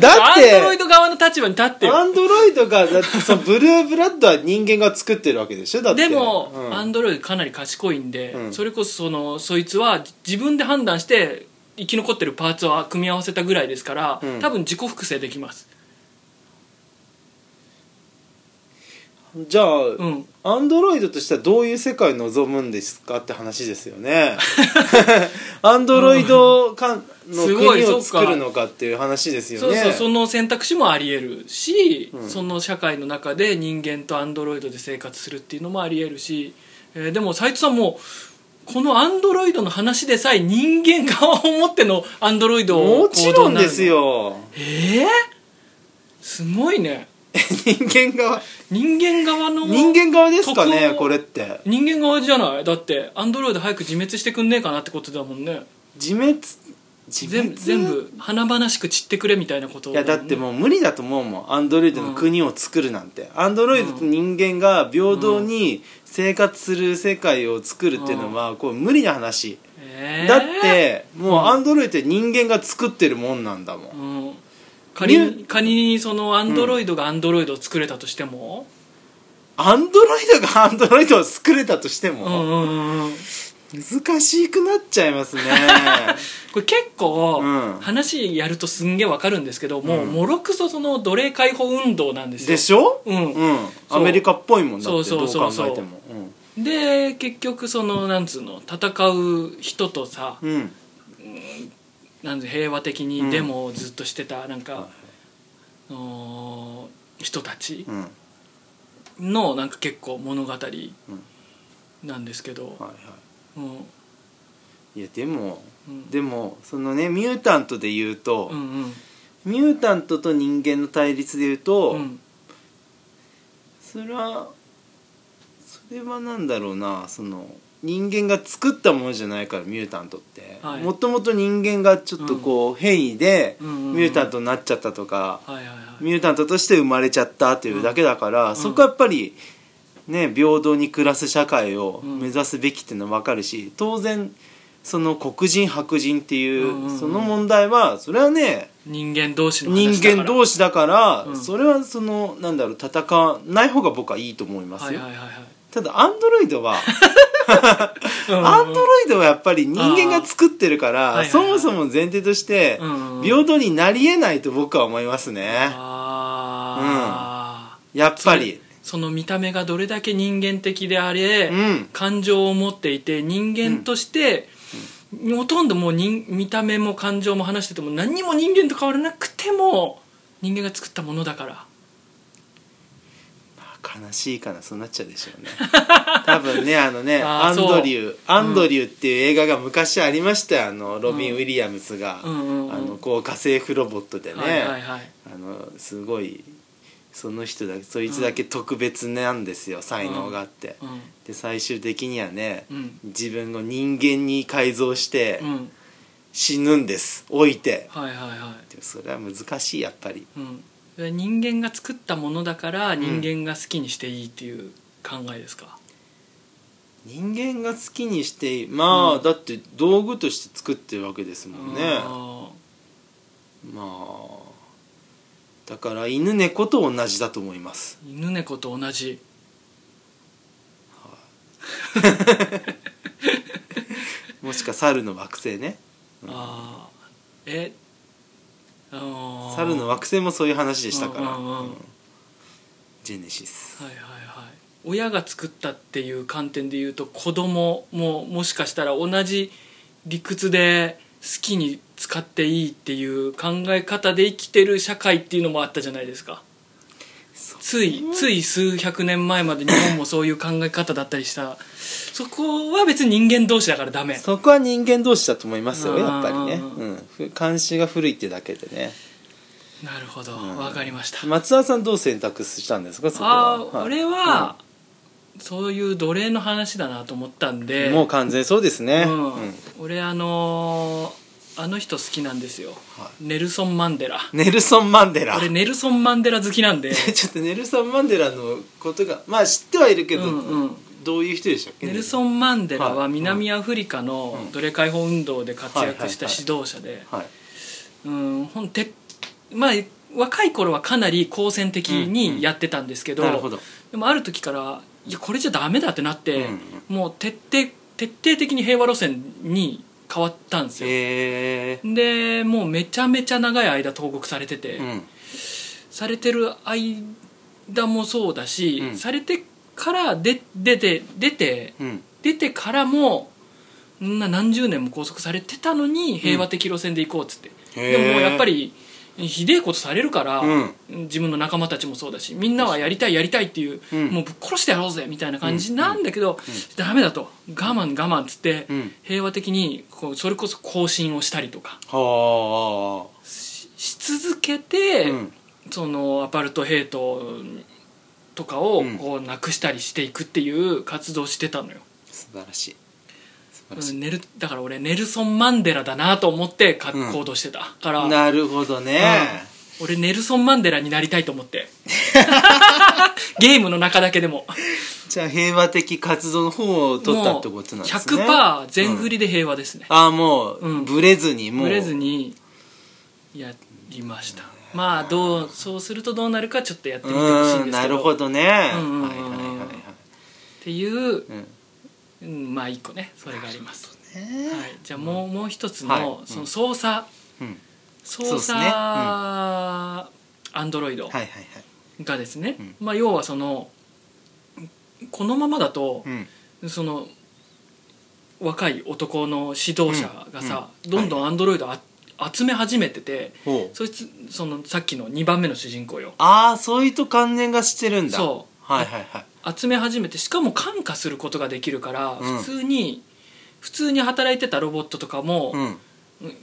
[SPEAKER 2] だっ
[SPEAKER 1] アンドロイ
[SPEAKER 2] て
[SPEAKER 1] ド側の立場に立ってよ
[SPEAKER 2] アンドロイドがだってそのブルーブラッドは人間が作ってるわけでしょだって
[SPEAKER 1] でも、
[SPEAKER 2] うん
[SPEAKER 1] アンドロイドかなり賢いんで、
[SPEAKER 2] うん
[SPEAKER 1] それこそそのそいつは自分で判断して生き残ってるパーツを組み合わせたぐらいですから、
[SPEAKER 2] うん
[SPEAKER 1] 多分自己複製できます
[SPEAKER 2] じゃあ、
[SPEAKER 1] うん
[SPEAKER 2] アンドロイドとしてはどういう世界を望むんですかって話ですよ
[SPEAKER 1] <laughs>
[SPEAKER 2] ねアンドロイドかんの
[SPEAKER 1] すごい
[SPEAKER 2] 国を
[SPEAKER 1] そうか
[SPEAKER 2] 作るのかっていう話ですよ
[SPEAKER 1] そう
[SPEAKER 2] ね
[SPEAKER 1] そうその選択肢もありえるし、
[SPEAKER 2] うん
[SPEAKER 1] その社会の中で人間とアンドロイドで生活するっていうのもありえるし、えーでも斉藤さんもこのアンドロイドの話でさえ人間側を持ってのアンドロイドを
[SPEAKER 2] もちろんです
[SPEAKER 1] 行
[SPEAKER 2] よ
[SPEAKER 1] 動になるのえー、すごいね
[SPEAKER 2] 人間側
[SPEAKER 1] 人間側の
[SPEAKER 2] 人間側ですか
[SPEAKER 1] 得
[SPEAKER 2] ね
[SPEAKER 1] を
[SPEAKER 2] これって
[SPEAKER 1] 人間側じゃないだってアンドロイド早く自滅してくんねえかなってことだもんね
[SPEAKER 2] 自滅自
[SPEAKER 1] 全部
[SPEAKER 2] 滅
[SPEAKER 1] 全部華々しく散ってくれみたいなこと
[SPEAKER 2] いやだってもう無理だと思うもんアンドロイドの国を作るなんてアンドロイドと人間が平等に生活する世界を作るっていうのはこれ無理な話
[SPEAKER 1] えー
[SPEAKER 2] だってもう
[SPEAKER 1] うん
[SPEAKER 2] アンドロイドって人間が作ってるもんなんだもん
[SPEAKER 1] うん仮
[SPEAKER 2] ニ
[SPEAKER 1] に仮にそのアンドロイドがアンドロイドを作れたとしても、
[SPEAKER 2] アンドロイドがアンドロイドを作れたとして
[SPEAKER 1] うんうん
[SPEAKER 2] も
[SPEAKER 1] うんうん、
[SPEAKER 2] 難しくなっちゃ
[SPEAKER 1] <laughs>
[SPEAKER 2] いますね
[SPEAKER 1] これ結構
[SPEAKER 2] うん
[SPEAKER 1] 話やるとすんげえわかるんですけど、もう
[SPEAKER 2] うん
[SPEAKER 1] もろくそその奴隷解放運動なんですよ
[SPEAKER 2] でしょ
[SPEAKER 1] うん
[SPEAKER 2] うんアメリカっぽいもんだって
[SPEAKER 1] そ
[SPEAKER 2] ど
[SPEAKER 1] う
[SPEAKER 2] う
[SPEAKER 1] そ
[SPEAKER 2] 考
[SPEAKER 1] うそう
[SPEAKER 2] えても
[SPEAKER 1] で結局そのなんつうの戦う人とさ
[SPEAKER 2] うんうん
[SPEAKER 1] なんつう平和的
[SPEAKER 2] う
[SPEAKER 1] に
[SPEAKER 2] ん
[SPEAKER 1] デモをずっとしてたなん
[SPEAKER 2] はいは
[SPEAKER 1] か、あのー人たち
[SPEAKER 2] うんはい
[SPEAKER 1] のなんか結構物語なんですけど、
[SPEAKER 2] は
[SPEAKER 1] うん
[SPEAKER 2] いいやでも
[SPEAKER 1] うん
[SPEAKER 2] でもそのねミュータントで言うと、
[SPEAKER 1] うんうん
[SPEAKER 2] ミュータントと人間の対立で言うと、
[SPEAKER 1] うん
[SPEAKER 2] それはそれはなんだろうなその人間が作ったものじゃないからミュータントって
[SPEAKER 1] はい
[SPEAKER 2] もともと人間がちょっとこう、変異で
[SPEAKER 1] うんうんうん
[SPEAKER 2] ミュータントになっちゃったとか、
[SPEAKER 1] はいはいはい
[SPEAKER 2] ミュータントとして生まれちゃったというだけだから、
[SPEAKER 1] ん
[SPEAKER 2] そこはやっぱりね平等に暮らす社会を
[SPEAKER 1] うん
[SPEAKER 2] 目指すべきっていうのは分かるし当然その黒人白人ってい
[SPEAKER 1] うんうんう
[SPEAKER 2] うんその問題はそれはね
[SPEAKER 1] 人間同士の
[SPEAKER 2] 人
[SPEAKER 1] 話だから
[SPEAKER 2] 間同士だから、
[SPEAKER 1] うん
[SPEAKER 2] それはそのなんだろう戦わない方が僕はいいと思いますよ、
[SPEAKER 1] はいはいはいはい
[SPEAKER 2] ただアンドロイドは
[SPEAKER 1] <laughs> うんうん
[SPEAKER 2] アンドロイドはやっぱり人間が作ってるか
[SPEAKER 1] あー
[SPEAKER 2] ら
[SPEAKER 1] はいはい
[SPEAKER 2] そ
[SPEAKER 1] はい
[SPEAKER 2] もそも前提として
[SPEAKER 1] うんうん
[SPEAKER 2] 平等になりえないと僕は思いますね
[SPEAKER 1] ああ、
[SPEAKER 2] やっぱり
[SPEAKER 1] その見た目がどれだけ人間的であれ、
[SPEAKER 2] うん
[SPEAKER 1] 感情を持っていて人間として、ほとんどもう人見た目も感情も話してても何にも人間と変わらなくても人間が作ったものだから
[SPEAKER 2] まあ悲しいかなそうなっちゃうでしょ
[SPEAKER 1] <laughs>
[SPEAKER 2] うね多分ねあのね
[SPEAKER 1] あ
[SPEAKER 2] ア
[SPEAKER 1] ー
[SPEAKER 2] ン
[SPEAKER 1] そう
[SPEAKER 2] ドリューアンドリューっていう映画が昔ありましたよあのロビン・
[SPEAKER 1] う
[SPEAKER 2] ウ
[SPEAKER 1] ん
[SPEAKER 2] ィリアムスが、
[SPEAKER 1] うんうんうん
[SPEAKER 2] あのこう家政婦ロボットでね、
[SPEAKER 1] はいはいはい
[SPEAKER 2] あのすごいその人だけそいつだけ特別なんですよ、才能があって、
[SPEAKER 1] うん
[SPEAKER 2] で最終的にはね、
[SPEAKER 1] うん
[SPEAKER 2] 自分を人間に改造して
[SPEAKER 1] うん
[SPEAKER 2] 死ぬんです老いて、
[SPEAKER 1] はいはいはい
[SPEAKER 2] でもそれは難しいやっぱり
[SPEAKER 1] うんそれは人間が作ったものだから人間が好きにしていいっていう考えですか、
[SPEAKER 2] 人間が好きにしていいまあ、
[SPEAKER 1] うん
[SPEAKER 2] だって道具として作ってるわけですもんね、
[SPEAKER 1] あ
[SPEAKER 2] まあだから犬猫と同じだと思います
[SPEAKER 1] ー犬猫と同じ
[SPEAKER 2] もしか猿の惑星ね
[SPEAKER 1] ああえあのー
[SPEAKER 2] 猿の惑星もそういう話でしたから、
[SPEAKER 1] うんうんうん
[SPEAKER 2] うんジェネシス
[SPEAKER 1] はいはいはい親が作ったっていう観点で言うと子供ももしかしたら同じ理屈で好きに使っていいっていう考え方で生きてる社会っていうのもあったじゃないですか
[SPEAKER 2] そ
[SPEAKER 1] ついつい数百年前まで日本もそういう考え方だったりしたそこは別に人間同士だからダメ
[SPEAKER 2] そこは人間同士だと思いますよ
[SPEAKER 1] うん
[SPEAKER 2] やっぱりね、
[SPEAKER 1] うん
[SPEAKER 2] うん、ふ監視が古いってだけでね
[SPEAKER 1] なるほど
[SPEAKER 2] うん
[SPEAKER 1] わかりました
[SPEAKER 2] 松田さんどう選択したんですかそこ
[SPEAKER 1] あ
[SPEAKER 2] は
[SPEAKER 1] ー俺は、そういう奴隷の話だなと思ったん
[SPEAKER 2] い
[SPEAKER 1] で
[SPEAKER 2] もう完全そうですね、
[SPEAKER 1] うん
[SPEAKER 2] うん
[SPEAKER 1] 俺あのーあの人好きなんですよ、
[SPEAKER 2] は
[SPEAKER 1] ネルソン・マンデラ
[SPEAKER 2] ネルソン・マンデラ
[SPEAKER 1] 俺ネルソン・マンデラ好きなんで
[SPEAKER 2] <laughs> ちょっとネルソン・マンデラのことがまあ知ってはいるけど、
[SPEAKER 1] うんうん
[SPEAKER 2] どういう人でしたっけ
[SPEAKER 1] ネルソン・マンデラ
[SPEAKER 2] は
[SPEAKER 1] はい南アフリカの
[SPEAKER 2] うん
[SPEAKER 1] 奴隷解放運動で活躍した
[SPEAKER 2] はいはい
[SPEAKER 1] 指導者で
[SPEAKER 2] はい
[SPEAKER 1] うんほんてまあ若い頃はかなり好戦的にやってたんですけど,、
[SPEAKER 2] なるほど
[SPEAKER 1] でもある時からいやこれじゃダメだってなって、
[SPEAKER 2] うん
[SPEAKER 1] もう徹底徹底的に平和路線に変わったんですよ、
[SPEAKER 2] へえ
[SPEAKER 1] でもうめちゃめちゃ長い間投獄されてて、
[SPEAKER 2] うん
[SPEAKER 1] されてる間もそうだし、
[SPEAKER 2] うん
[SPEAKER 1] されてからで出て出て
[SPEAKER 2] うん
[SPEAKER 1] 出てからもんな何十年も拘束されてたのに平和的路線で行こうっつって、
[SPEAKER 2] へ
[SPEAKER 1] で
[SPEAKER 2] ー
[SPEAKER 1] ももうやっぱりひでえことされるから、
[SPEAKER 2] うん
[SPEAKER 1] 自分の仲間たちもそうだしみんなはやりたいやりたいっていう、
[SPEAKER 2] うん
[SPEAKER 1] もうぶっ殺してやろうぜみたいな感じなんだけど、ダメだと我慢我慢っつって、
[SPEAKER 2] うん
[SPEAKER 1] 平和的にこうそれこそ行進をしたりとか
[SPEAKER 2] はあ
[SPEAKER 1] しし続けて、
[SPEAKER 2] うん
[SPEAKER 1] そのアパルトヘイトとかを
[SPEAKER 2] うん
[SPEAKER 1] こうなくしたりしていくっていう活動をしてたのよ、
[SPEAKER 2] 素晴らしい素晴らしい
[SPEAKER 1] ネルだから俺ネルソン・マンデラだなと思ってか
[SPEAKER 2] うん
[SPEAKER 1] 行動してたから、
[SPEAKER 2] なるほどね、
[SPEAKER 1] 俺ネルソン・マンデラになりたいと思って
[SPEAKER 2] <laughs>
[SPEAKER 1] ゲームの中だけでも
[SPEAKER 2] じゃあ平和的活動の方を取ったってことなんですね
[SPEAKER 1] もう100%全振りで平和ですね、
[SPEAKER 2] ああもう、
[SPEAKER 1] うん
[SPEAKER 2] ブレずにもう
[SPEAKER 1] ブレずにやりました、まあどうそうするとどうなるかちょっとやってみてほしいんですけ
[SPEAKER 2] う
[SPEAKER 1] ど
[SPEAKER 2] んなるほどね、
[SPEAKER 1] うんうんうん
[SPEAKER 2] はいはいはいはい
[SPEAKER 1] っていう、
[SPEAKER 2] うん
[SPEAKER 1] うんまあ一個ねそれがあります、
[SPEAKER 2] ね
[SPEAKER 1] はい、じゃあもう,、もう一つの,、
[SPEAKER 2] はいうん
[SPEAKER 1] その操作
[SPEAKER 2] うんそう
[SPEAKER 1] 操
[SPEAKER 2] です
[SPEAKER 1] 作
[SPEAKER 2] ね
[SPEAKER 1] アンドロイド
[SPEAKER 2] はいはいはい
[SPEAKER 1] がですね、
[SPEAKER 2] うん
[SPEAKER 1] まあ、要はそのこのままだと
[SPEAKER 2] う、ん
[SPEAKER 1] その若い男の指導者がさ、
[SPEAKER 2] うん
[SPEAKER 1] どんどんアンドロイドあ集め始めてて、
[SPEAKER 2] ほう
[SPEAKER 1] そいつそのさっきの2番目の主人公よ
[SPEAKER 2] ああそういうと関連がしてるんだ
[SPEAKER 1] そう
[SPEAKER 2] はいはいはい
[SPEAKER 1] 集め始めてしかも感化することができるから、
[SPEAKER 2] うん
[SPEAKER 1] 普通に普通に働いてたロボットとかも、
[SPEAKER 2] うんはい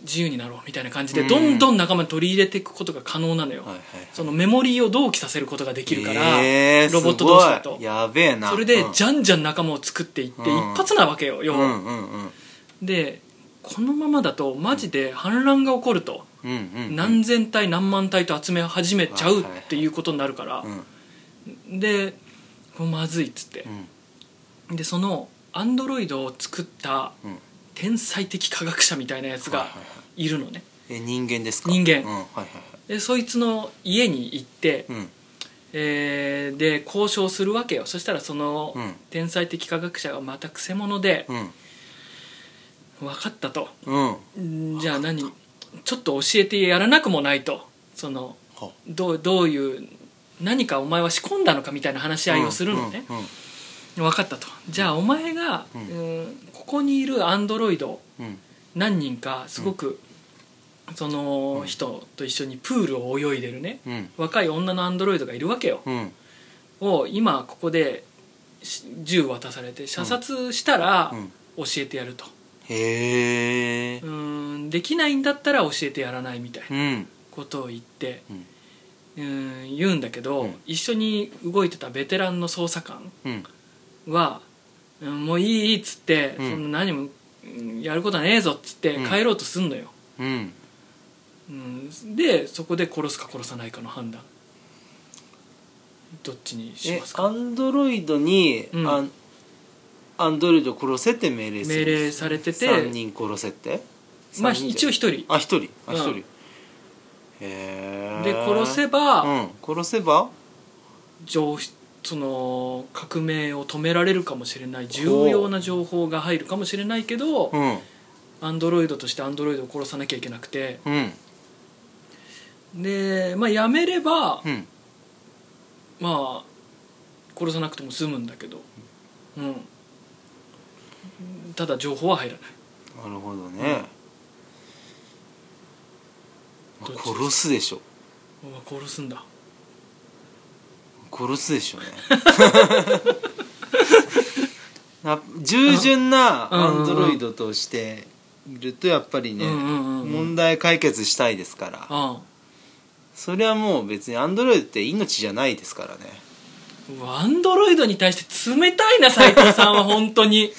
[SPEAKER 1] 自由になろうみたいな感じ
[SPEAKER 2] う
[SPEAKER 1] で
[SPEAKER 2] ん
[SPEAKER 1] どんどん仲間に取り入れていくことが可能なのよ、
[SPEAKER 2] はいはい
[SPEAKER 1] そのメモリーを同期させることができるから、
[SPEAKER 2] えー
[SPEAKER 1] ロボット同士だ
[SPEAKER 2] す
[SPEAKER 1] と
[SPEAKER 2] ごいやべえな
[SPEAKER 1] それで
[SPEAKER 2] うん
[SPEAKER 1] じゃんじゃん仲間を作っていって
[SPEAKER 2] うん
[SPEAKER 1] 一発なわけよ、要
[SPEAKER 2] う
[SPEAKER 1] は
[SPEAKER 2] んうんうん
[SPEAKER 1] でこのままだとマジで反乱が起こると、
[SPEAKER 2] うんうんうん
[SPEAKER 1] 何千体何万体と集め始めちゃうっていうことになるから、
[SPEAKER 2] うん
[SPEAKER 1] でこれまずいっつって
[SPEAKER 2] う、ん
[SPEAKER 1] でそのアンドロイドを作った
[SPEAKER 2] うん
[SPEAKER 1] 天才的科学者みたいなやつが
[SPEAKER 2] はいはいはい
[SPEAKER 1] るのね
[SPEAKER 2] え人間ですか
[SPEAKER 1] 人間
[SPEAKER 2] うんはいはいはい
[SPEAKER 1] でそいつの家に行って、
[SPEAKER 2] うん
[SPEAKER 1] えーで交渉するわけよそしたらその
[SPEAKER 2] うん
[SPEAKER 1] 天才的科学者がまたくせ者で
[SPEAKER 2] うん
[SPEAKER 1] 「分かった」と
[SPEAKER 2] うんは
[SPEAKER 1] 「んじゃあ何ちょっと教えてやらなくもないと」そのどうどういう何かお前は仕込んだのかみたいな話し合いをするのね、
[SPEAKER 2] うんうん
[SPEAKER 1] 分かったとじゃあお前が、
[SPEAKER 2] う
[SPEAKER 1] うんんここにいるアンドロイド
[SPEAKER 2] うん
[SPEAKER 1] 何人かすごく、その人と一緒にプールを泳いでるね
[SPEAKER 2] うん
[SPEAKER 1] 若い女のアンドロイドがいるわけよ、
[SPEAKER 2] うん
[SPEAKER 1] を今ここでし銃渡されて射殺したら
[SPEAKER 2] うん
[SPEAKER 1] 教えてやると、
[SPEAKER 2] へえ
[SPEAKER 1] うーんできないんだったら教えてやらないみたいな
[SPEAKER 2] うん
[SPEAKER 1] ことを言って、
[SPEAKER 2] うん
[SPEAKER 1] うーん言うんだけど、
[SPEAKER 2] うん
[SPEAKER 1] 一緒に動いてたベテランの捜査官
[SPEAKER 2] うん
[SPEAKER 1] は「うんもういいいい」っつって、
[SPEAKER 2] うん
[SPEAKER 1] そんな何もうんやることはねえぞっつって
[SPEAKER 2] うん
[SPEAKER 1] 帰ろうとすんのよ、
[SPEAKER 2] うん
[SPEAKER 1] うん、でそこで殺すか殺さないかの判断どっちにし
[SPEAKER 2] え
[SPEAKER 1] ます
[SPEAKER 2] ア
[SPEAKER 1] か
[SPEAKER 2] ンドロイドに、
[SPEAKER 1] うん
[SPEAKER 2] あん、アンドロイド殺せって命令する
[SPEAKER 1] 命令されてて
[SPEAKER 2] 3人殺せって
[SPEAKER 1] まあ
[SPEAKER 2] 三人
[SPEAKER 1] 一応一人
[SPEAKER 2] あ一人あ
[SPEAKER 1] うん
[SPEAKER 2] 一人、へえ
[SPEAKER 1] で殺せば、
[SPEAKER 2] うん殺せば
[SPEAKER 1] 情その革命を止められるかもしれない重要な情報が入るかもしれないけど、
[SPEAKER 2] うん
[SPEAKER 1] アンドロイドとしてアンドロイドを殺さなきゃいけなくて
[SPEAKER 2] うん
[SPEAKER 1] で、まあ、やめれば、
[SPEAKER 2] うん
[SPEAKER 1] まあ殺さなくても済むんだけど、うん、ただ情報は入らない
[SPEAKER 2] なるほどね、
[SPEAKER 1] うんどっち
[SPEAKER 2] 殺すでしょ
[SPEAKER 1] うわ殺すんだ
[SPEAKER 2] 殺すでしょうね <laughs> な従順な
[SPEAKER 1] うんうんうん
[SPEAKER 2] アンドロイドとしているとやっぱりね、
[SPEAKER 1] うんうんうんうん
[SPEAKER 2] 問題解決したいですから、
[SPEAKER 1] あ
[SPEAKER 2] それはもう別にアンドロイドって命じゃないですからね
[SPEAKER 1] あうわアンドロイドに対して冷たいな斎藤さんは本当に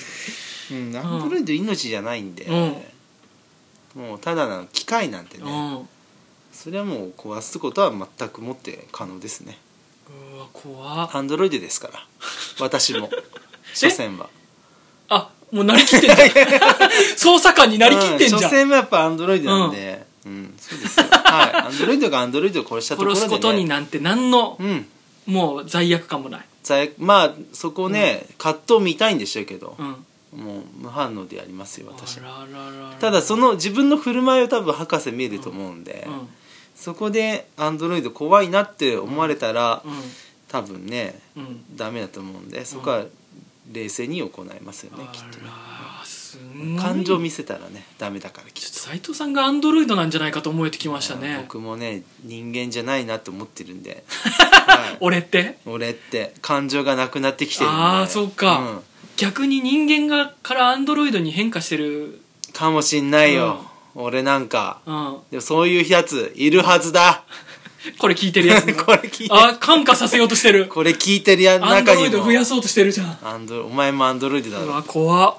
[SPEAKER 2] うんアンドロイド命じゃないんで、もうただの機械なんてね、
[SPEAKER 1] うん、うん
[SPEAKER 2] それはもう壊すことは全くもって可能ですね
[SPEAKER 1] うわ怖っ
[SPEAKER 2] アンドロイドですから私
[SPEAKER 1] <laughs>
[SPEAKER 2] も所詮は
[SPEAKER 1] あもうなりきってんじゃん <laughs> 捜査官になりきってんじゃ、
[SPEAKER 2] うん所詮はやっぱアンドロイドなんでうん、そうですよはいアンドロイドがアンドロイドを殺したところで、
[SPEAKER 1] 殺
[SPEAKER 2] ね、
[SPEAKER 1] すことになんて何の
[SPEAKER 2] うん
[SPEAKER 1] もう罪悪感もない、
[SPEAKER 2] 罪悪まあそこね、葛藤見たいんでしょうけど
[SPEAKER 1] う、ん、
[SPEAKER 2] もう無反応でやりますよ私
[SPEAKER 1] あ
[SPEAKER 2] は
[SPEAKER 1] らららら
[SPEAKER 2] ただその自分の振る舞いを多分博士見えると思うんで、
[SPEAKER 1] うん
[SPEAKER 2] そこでアンドロイド怖いなって思われたら、
[SPEAKER 1] う
[SPEAKER 2] 多分ね
[SPEAKER 1] んうん
[SPEAKER 2] ダメだと思うんでそこは冷静に行いますよね、きっとね
[SPEAKER 1] あらすんごい
[SPEAKER 2] 感情見
[SPEAKER 1] ちょ
[SPEAKER 2] せたらねダメだからき
[SPEAKER 1] っ
[SPEAKER 2] っ
[SPEAKER 1] と斎藤さんがアンドロイドなんじゃないかと思えてきました
[SPEAKER 2] と、
[SPEAKER 1] ね
[SPEAKER 2] 僕もね人間じゃないなと思ってる
[SPEAKER 1] <laughs>
[SPEAKER 2] んで、はい
[SPEAKER 1] 俺って
[SPEAKER 2] 俺って感情がなくなってきてるんで
[SPEAKER 1] ああそうか、
[SPEAKER 2] うん
[SPEAKER 1] 逆に人間がからアンドロイドに変化してる
[SPEAKER 2] かもしんないよ、俺なんか
[SPEAKER 1] うん
[SPEAKER 2] でもそういうやついるはずだ
[SPEAKER 1] これ聞いてるやつね
[SPEAKER 2] <laughs> これ聞いて
[SPEAKER 1] あ感化させようとしてる
[SPEAKER 2] これ聞いてるや
[SPEAKER 1] アンド
[SPEAKER 2] 中
[SPEAKER 1] ロ
[SPEAKER 2] に
[SPEAKER 1] イド
[SPEAKER 2] も
[SPEAKER 1] 増やそうとしてるじゃん
[SPEAKER 2] アンドロお前もアンドロイドだ
[SPEAKER 1] う
[SPEAKER 2] ろ
[SPEAKER 1] わ怖っ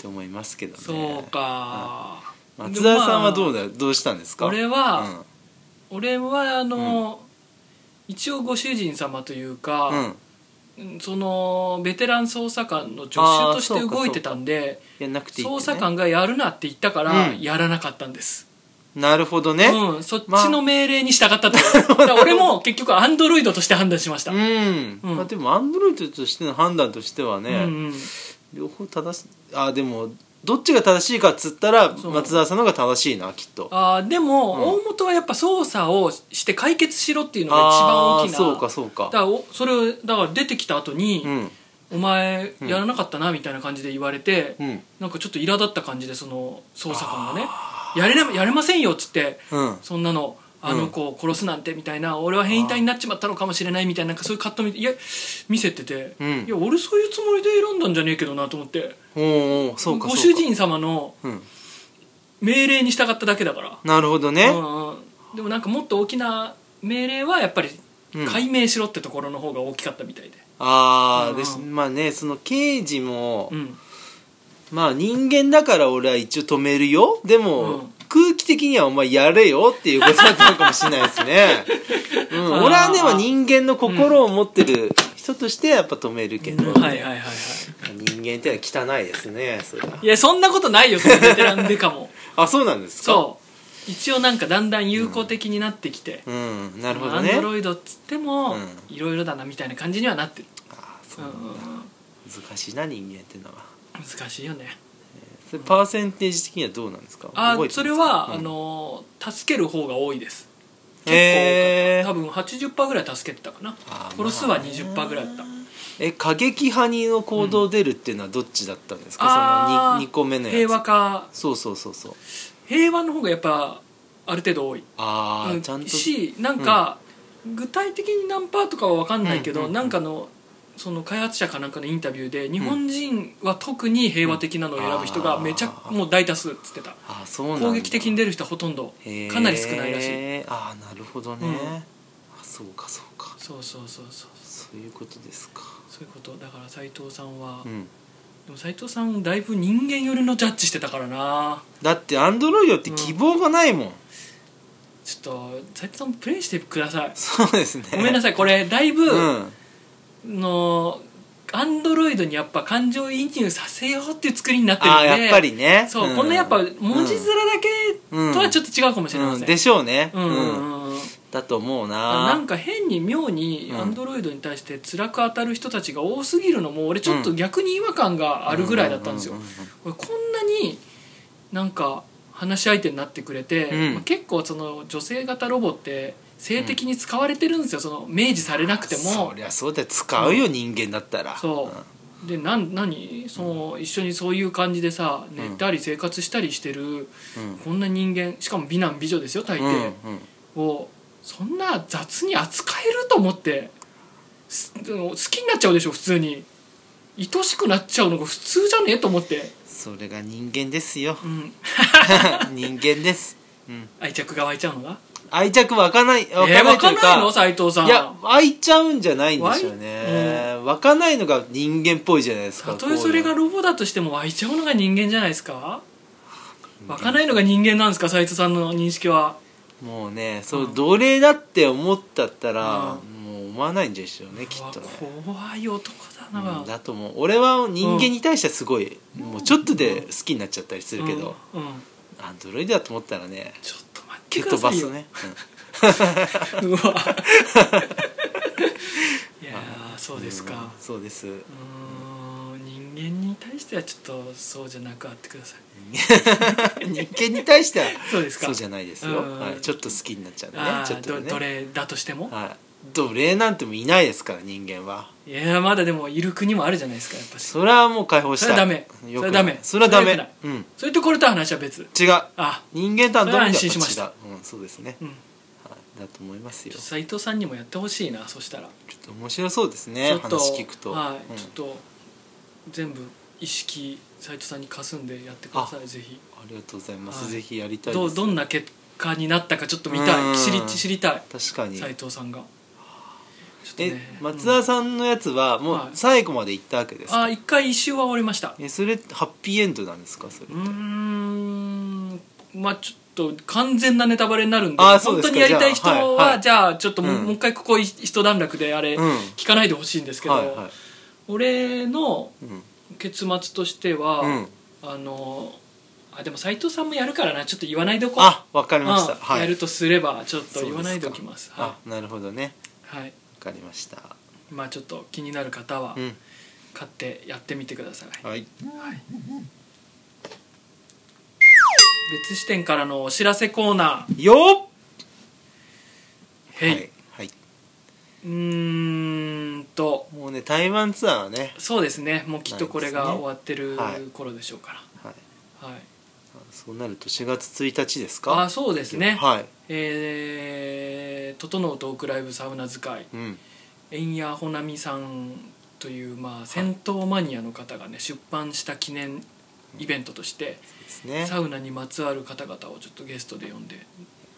[SPEAKER 2] って思いますけどね
[SPEAKER 1] そうか、
[SPEAKER 2] 松田さんはどう
[SPEAKER 1] で
[SPEAKER 2] だどうしたんですか
[SPEAKER 1] まあ俺
[SPEAKER 2] うん
[SPEAKER 1] は、俺はあの、一応ご主人様というか、
[SPEAKER 2] うん、い
[SPEAKER 1] そのベテラン捜査官の助手とし
[SPEAKER 2] あー
[SPEAKER 1] て
[SPEAKER 2] そうか
[SPEAKER 1] 動いてたんで
[SPEAKER 2] やなくていいってね、
[SPEAKER 1] 捜査官がやるなって言ったから
[SPEAKER 2] うん
[SPEAKER 1] やらなかったんです、
[SPEAKER 2] なるほどね
[SPEAKER 1] うん、そっちの命令に従ったと、だから俺も結局アンドロイドとして判断しました、
[SPEAKER 2] う
[SPEAKER 1] うん
[SPEAKER 2] ん、
[SPEAKER 1] うん
[SPEAKER 2] まあ、でもアンドロイドとしての判断としてはね、
[SPEAKER 1] うん
[SPEAKER 2] 両方正しあでもどっちが正しいかっつったら
[SPEAKER 1] そう
[SPEAKER 2] 松田さんの方が正しいなきっと
[SPEAKER 1] あーでも、
[SPEAKER 2] うん
[SPEAKER 1] 大元はやっぱ捜査をして解決しろっていうのが一番
[SPEAKER 2] あ
[SPEAKER 1] 大
[SPEAKER 2] ー
[SPEAKER 1] きな
[SPEAKER 2] そうかそうか
[SPEAKER 1] だからおそれをだから出てきた後に、
[SPEAKER 2] うん
[SPEAKER 1] お前やらなかったなみたいな感じで言われて、
[SPEAKER 2] うん
[SPEAKER 1] なんかちょっと苛立った感じでその捜査官がねやれなやれませんよっつって
[SPEAKER 2] うん
[SPEAKER 1] そんなのあの子を殺すなんてみたいな、俺は変異体になっちまったのかもしれないみたいななんかそういう葛藤みいや見せてて、
[SPEAKER 2] うん
[SPEAKER 1] いや俺そういうつもりで選んだんじゃねえけどなと思って
[SPEAKER 2] おーおーそうかそうか
[SPEAKER 1] ご主人様の
[SPEAKER 2] うん
[SPEAKER 1] 命令に従っただけだから、
[SPEAKER 2] なるほどね、
[SPEAKER 1] うんうん、でもなんかもっと大きな命令はやっぱり
[SPEAKER 2] うん
[SPEAKER 1] 解明しろってところの方が大きかったみたいで、
[SPEAKER 2] ああ、
[SPEAKER 1] うん
[SPEAKER 2] ですまあねその刑事も、
[SPEAKER 1] うん、
[SPEAKER 2] まあ人間だから俺は一応止めるよでも、
[SPEAKER 1] うん
[SPEAKER 2] 空気的にはお前やれよっていうことだったのかもしれないで
[SPEAKER 1] <laughs>
[SPEAKER 2] すね、うん、
[SPEAKER 1] あー
[SPEAKER 2] 俺はねまあ人間の心を持ってる人としてやっぱ止めるけど、
[SPEAKER 1] はいはいはいはい
[SPEAKER 2] 人間ってのは汚いですねそれはい
[SPEAKER 1] やそんなことないよそのベテランでかも <laughs>
[SPEAKER 2] あそうなんですか
[SPEAKER 1] そう一応なんかだんだん友好的になってきて、
[SPEAKER 2] うんなるほ
[SPEAKER 1] ア
[SPEAKER 2] ど
[SPEAKER 1] ン
[SPEAKER 2] ね
[SPEAKER 1] ドロイドっつっても
[SPEAKER 2] うん
[SPEAKER 1] いろいろだなみたいな感じにはなってる、
[SPEAKER 2] あー
[SPEAKER 1] う
[SPEAKER 2] そ
[SPEAKER 1] ん
[SPEAKER 2] う
[SPEAKER 1] うんうん
[SPEAKER 2] 難しいな人間ってのは
[SPEAKER 1] 難しいよね
[SPEAKER 2] それパーセンテージ的にはどうなんですか
[SPEAKER 1] あ
[SPEAKER 2] 覚えてます
[SPEAKER 1] そ
[SPEAKER 2] か
[SPEAKER 1] れは、
[SPEAKER 2] う
[SPEAKER 1] あ
[SPEAKER 2] ん
[SPEAKER 1] の助ける方が多いです結構多かった、
[SPEAKER 2] へー
[SPEAKER 1] 多分80%ぐらい助けてたかな
[SPEAKER 2] あー
[SPEAKER 1] 殺すは20%ぐらいだった
[SPEAKER 2] え過激派にの行動出るっていうのはどっちだったんですか、
[SPEAKER 1] あ
[SPEAKER 2] その
[SPEAKER 1] ー
[SPEAKER 2] 2, 個目のやつ
[SPEAKER 1] 平和か
[SPEAKER 2] そうそうそうそう
[SPEAKER 1] 平和の方がやっぱある程度多い
[SPEAKER 2] ああ、
[SPEAKER 1] うん
[SPEAKER 2] ちゃんと
[SPEAKER 1] しなんか、具体的に何パーとかは分かんないけど、
[SPEAKER 2] うんうんうん
[SPEAKER 1] なんかのその開発者かなんかのインタビューで日本人は特に平和的なのを選ぶ人がめちゃ
[SPEAKER 2] あー
[SPEAKER 1] もう大多数っつってた
[SPEAKER 2] あーそうなんだ
[SPEAKER 1] 攻撃的に出る人はほとんど
[SPEAKER 2] へー
[SPEAKER 1] かなり少ないらしい
[SPEAKER 2] ああなるほどね、
[SPEAKER 1] うん
[SPEAKER 2] あそうかそうか
[SPEAKER 1] そうそうそうそう
[SPEAKER 2] そういうことですか
[SPEAKER 1] そういうことだから斎藤さんは、
[SPEAKER 2] う
[SPEAKER 1] で
[SPEAKER 2] ん
[SPEAKER 1] も斎藤さんだいぶ人間寄りのジャッジしてたからな
[SPEAKER 2] だってアンドロイドって希望がないもん、
[SPEAKER 1] ちょっと斎藤さんプレイしてください
[SPEAKER 2] そうですね
[SPEAKER 1] ごめんなさ
[SPEAKER 2] さ
[SPEAKER 1] いこれだいぶ、
[SPEAKER 2] うん
[SPEAKER 1] のアンドロイドにやっぱ感情移入させようっていう作りになってるん
[SPEAKER 2] あ
[SPEAKER 1] で
[SPEAKER 2] あやっぱりね
[SPEAKER 1] そう、
[SPEAKER 2] ん
[SPEAKER 1] このやっぱ文字面だけとはちょっと違うかもしれ
[SPEAKER 2] う
[SPEAKER 1] ま
[SPEAKER 2] ん
[SPEAKER 1] せん、
[SPEAKER 2] でしょうね、
[SPEAKER 1] うんうんうん
[SPEAKER 2] だと思うな
[SPEAKER 1] なんか変に妙に
[SPEAKER 2] うん
[SPEAKER 1] アンドロイドに対して辛く当たる人たちが多すぎるのも俺ちょっと逆に違和感があるぐらいだったんですよ、
[SPEAKER 2] うう
[SPEAKER 1] 俺こんなになんか話し相手になってくれて、
[SPEAKER 2] うん
[SPEAKER 1] まあ結構その女性型ロボって性的に使われてるんですよその明示されなくても
[SPEAKER 2] そりゃそうだよ使うよ、人間だったら
[SPEAKER 1] そうんでなん何その一緒にそういう感じでさ
[SPEAKER 2] ん
[SPEAKER 1] 寝たり生活したりしてる、
[SPEAKER 2] うん、うん
[SPEAKER 1] こんな人間しかも美男美女ですよ大
[SPEAKER 2] うん
[SPEAKER 1] 抵、
[SPEAKER 2] うん
[SPEAKER 1] をそんな雑に扱えると思ってすでも好きになっちゃうでしょ普通に愛しくなっちゃうのが普通じゃねえと思って、
[SPEAKER 2] それが人間ですよ <laughs>
[SPEAKER 1] うん、
[SPEAKER 2] 人間です、うん、
[SPEAKER 1] 愛着が湧いちゃうのが
[SPEAKER 2] 愛着湧かない
[SPEAKER 1] え
[SPEAKER 2] 湧
[SPEAKER 1] ー
[SPEAKER 2] かな
[SPEAKER 1] 湧
[SPEAKER 2] い
[SPEAKER 1] か
[SPEAKER 2] という
[SPEAKER 1] ない
[SPEAKER 2] か,、
[SPEAKER 1] の斎藤さん
[SPEAKER 2] いや湧いちゃうんじゃないんでしょう
[SPEAKER 1] 湧
[SPEAKER 2] ね、湧かないのが人間っぽいじゃないですか
[SPEAKER 1] たとえそれが
[SPEAKER 2] こ
[SPEAKER 1] ロボだとしても湧いちゃうのが人間じゃないですか湧かないのが人間なんですか斎藤さんの認識は
[SPEAKER 2] ういうもうねそううん奴隷だって思ったったら、
[SPEAKER 1] う
[SPEAKER 2] もう思わないんでしょうねきっとね
[SPEAKER 1] うわ怖い男だな、
[SPEAKER 2] うんだともう俺は人間に対してはすごい、もうちょっとで好きになっちゃったりするけど、
[SPEAKER 1] うんうん
[SPEAKER 2] アンドロイドだと思ったらね
[SPEAKER 1] ちょっと待って
[SPEAKER 2] 蹴っ
[SPEAKER 1] くだ
[SPEAKER 2] 飛
[SPEAKER 1] さ
[SPEAKER 2] ば
[SPEAKER 1] いよ
[SPEAKER 2] すね、
[SPEAKER 1] うわいやーそうです
[SPEAKER 2] うん
[SPEAKER 1] か
[SPEAKER 2] そうです
[SPEAKER 1] うーん人間に対してはちょっとそうじゃなくあってください
[SPEAKER 2] <laughs> 人間に対しては
[SPEAKER 1] そうですか
[SPEAKER 2] そうじゃないですよ、
[SPEAKER 1] うん
[SPEAKER 2] はい、ちょっと好きになっちゃうんでね
[SPEAKER 1] あ
[SPEAKER 2] ちょっ
[SPEAKER 1] あ
[SPEAKER 2] と
[SPEAKER 1] ど
[SPEAKER 2] ね
[SPEAKER 1] どれだとしても
[SPEAKER 2] はい、奴隷なんてもういないですから人間はい
[SPEAKER 1] やまだでもいる国もあるじゃないですかやっぱしそ
[SPEAKER 2] それはもう解放したい
[SPEAKER 1] それはダメ
[SPEAKER 2] よ
[SPEAKER 1] それ
[SPEAKER 2] く
[SPEAKER 1] は
[SPEAKER 2] ない
[SPEAKER 1] ダメ
[SPEAKER 2] それはダメ
[SPEAKER 1] それは良
[SPEAKER 2] うん違う
[SPEAKER 1] れとこれとは話は別あ
[SPEAKER 2] 人間とはどうもやっぱ
[SPEAKER 1] それは安心しました
[SPEAKER 2] 違う、うん、そうですね、
[SPEAKER 1] うん
[SPEAKER 2] はい、だと思いますよちょ
[SPEAKER 1] 斎藤さんにもやってほしいなそしたら、
[SPEAKER 2] っと面白そうです
[SPEAKER 1] ち
[SPEAKER 2] ね
[SPEAKER 1] ょっと
[SPEAKER 2] 話聞くと、
[SPEAKER 1] はい
[SPEAKER 2] うん
[SPEAKER 1] ちょっと全部意識斎藤さんに貸すんでやってくださいぜひ
[SPEAKER 2] ありがとうございます、
[SPEAKER 1] はい
[SPEAKER 2] ぜひやりたい
[SPEAKER 1] ど
[SPEAKER 2] で
[SPEAKER 1] う
[SPEAKER 2] す
[SPEAKER 1] どんな結果になったかちょっと見た
[SPEAKER 2] う
[SPEAKER 1] い
[SPEAKER 2] ん
[SPEAKER 1] 知り知りたい
[SPEAKER 2] 確かに
[SPEAKER 1] 斎藤さんがちょっと
[SPEAKER 2] え
[SPEAKER 1] ね
[SPEAKER 2] 松田さんのやつはもう
[SPEAKER 1] はい
[SPEAKER 2] 最後まで行ったわけですか、
[SPEAKER 1] あ一回一周は終わりました
[SPEAKER 2] えそれハッピーエンドなんですかそれ
[SPEAKER 1] うーんまあちょっと完全なネタバレになるんで
[SPEAKER 2] あそう
[SPEAKER 1] 本
[SPEAKER 2] です
[SPEAKER 1] 当
[SPEAKER 2] か
[SPEAKER 1] にやりたい人
[SPEAKER 2] じゃあはいは
[SPEAKER 1] はいじゃあちょっともう,、
[SPEAKER 2] うん
[SPEAKER 1] もう一回ここい一段落であれ
[SPEAKER 2] うん
[SPEAKER 1] 聞かないでほしいんですけど、
[SPEAKER 2] はいは
[SPEAKER 1] 俺の
[SPEAKER 2] いうん
[SPEAKER 1] 結末としては、
[SPEAKER 2] うん
[SPEAKER 1] あのあでも斎藤さんもやるからなちょっと言わないでおこう
[SPEAKER 2] あわかりました
[SPEAKER 1] うん
[SPEAKER 2] はい
[SPEAKER 1] やるとすればちょっと
[SPEAKER 2] そうです
[SPEAKER 1] 言
[SPEAKER 2] か
[SPEAKER 1] わないでおきます
[SPEAKER 2] あ
[SPEAKER 1] は
[SPEAKER 2] なるほどね
[SPEAKER 1] い、はい、
[SPEAKER 2] わかりました
[SPEAKER 1] まあちょっと気になる方は
[SPEAKER 2] うん
[SPEAKER 1] 買ってやってみてください、
[SPEAKER 2] はい
[SPEAKER 1] 別視点からのお知らせコーナ
[SPEAKER 2] よっ
[SPEAKER 1] ーへい、
[SPEAKER 2] はい、
[SPEAKER 1] うーんと
[SPEAKER 2] もうね台湾ツアーね、
[SPEAKER 1] そうですねもうきっとこれが
[SPEAKER 2] ないですね
[SPEAKER 1] 終わってる
[SPEAKER 2] はい
[SPEAKER 1] 頃でしょうから、
[SPEAKER 2] は
[SPEAKER 1] は
[SPEAKER 2] い、
[SPEAKER 1] い
[SPEAKER 2] そうなると4月1日ですか
[SPEAKER 1] あそうですね、
[SPEAKER 2] はい、
[SPEAKER 1] えー「整うトークライブサウナ使い
[SPEAKER 2] うん、」
[SPEAKER 1] エンヤホナミさんという、まあ、戦闘マニアの方がね出版した記念イベントとして、
[SPEAKER 2] ですね
[SPEAKER 1] サウナにまつわる方々をちょっとゲストで呼んで、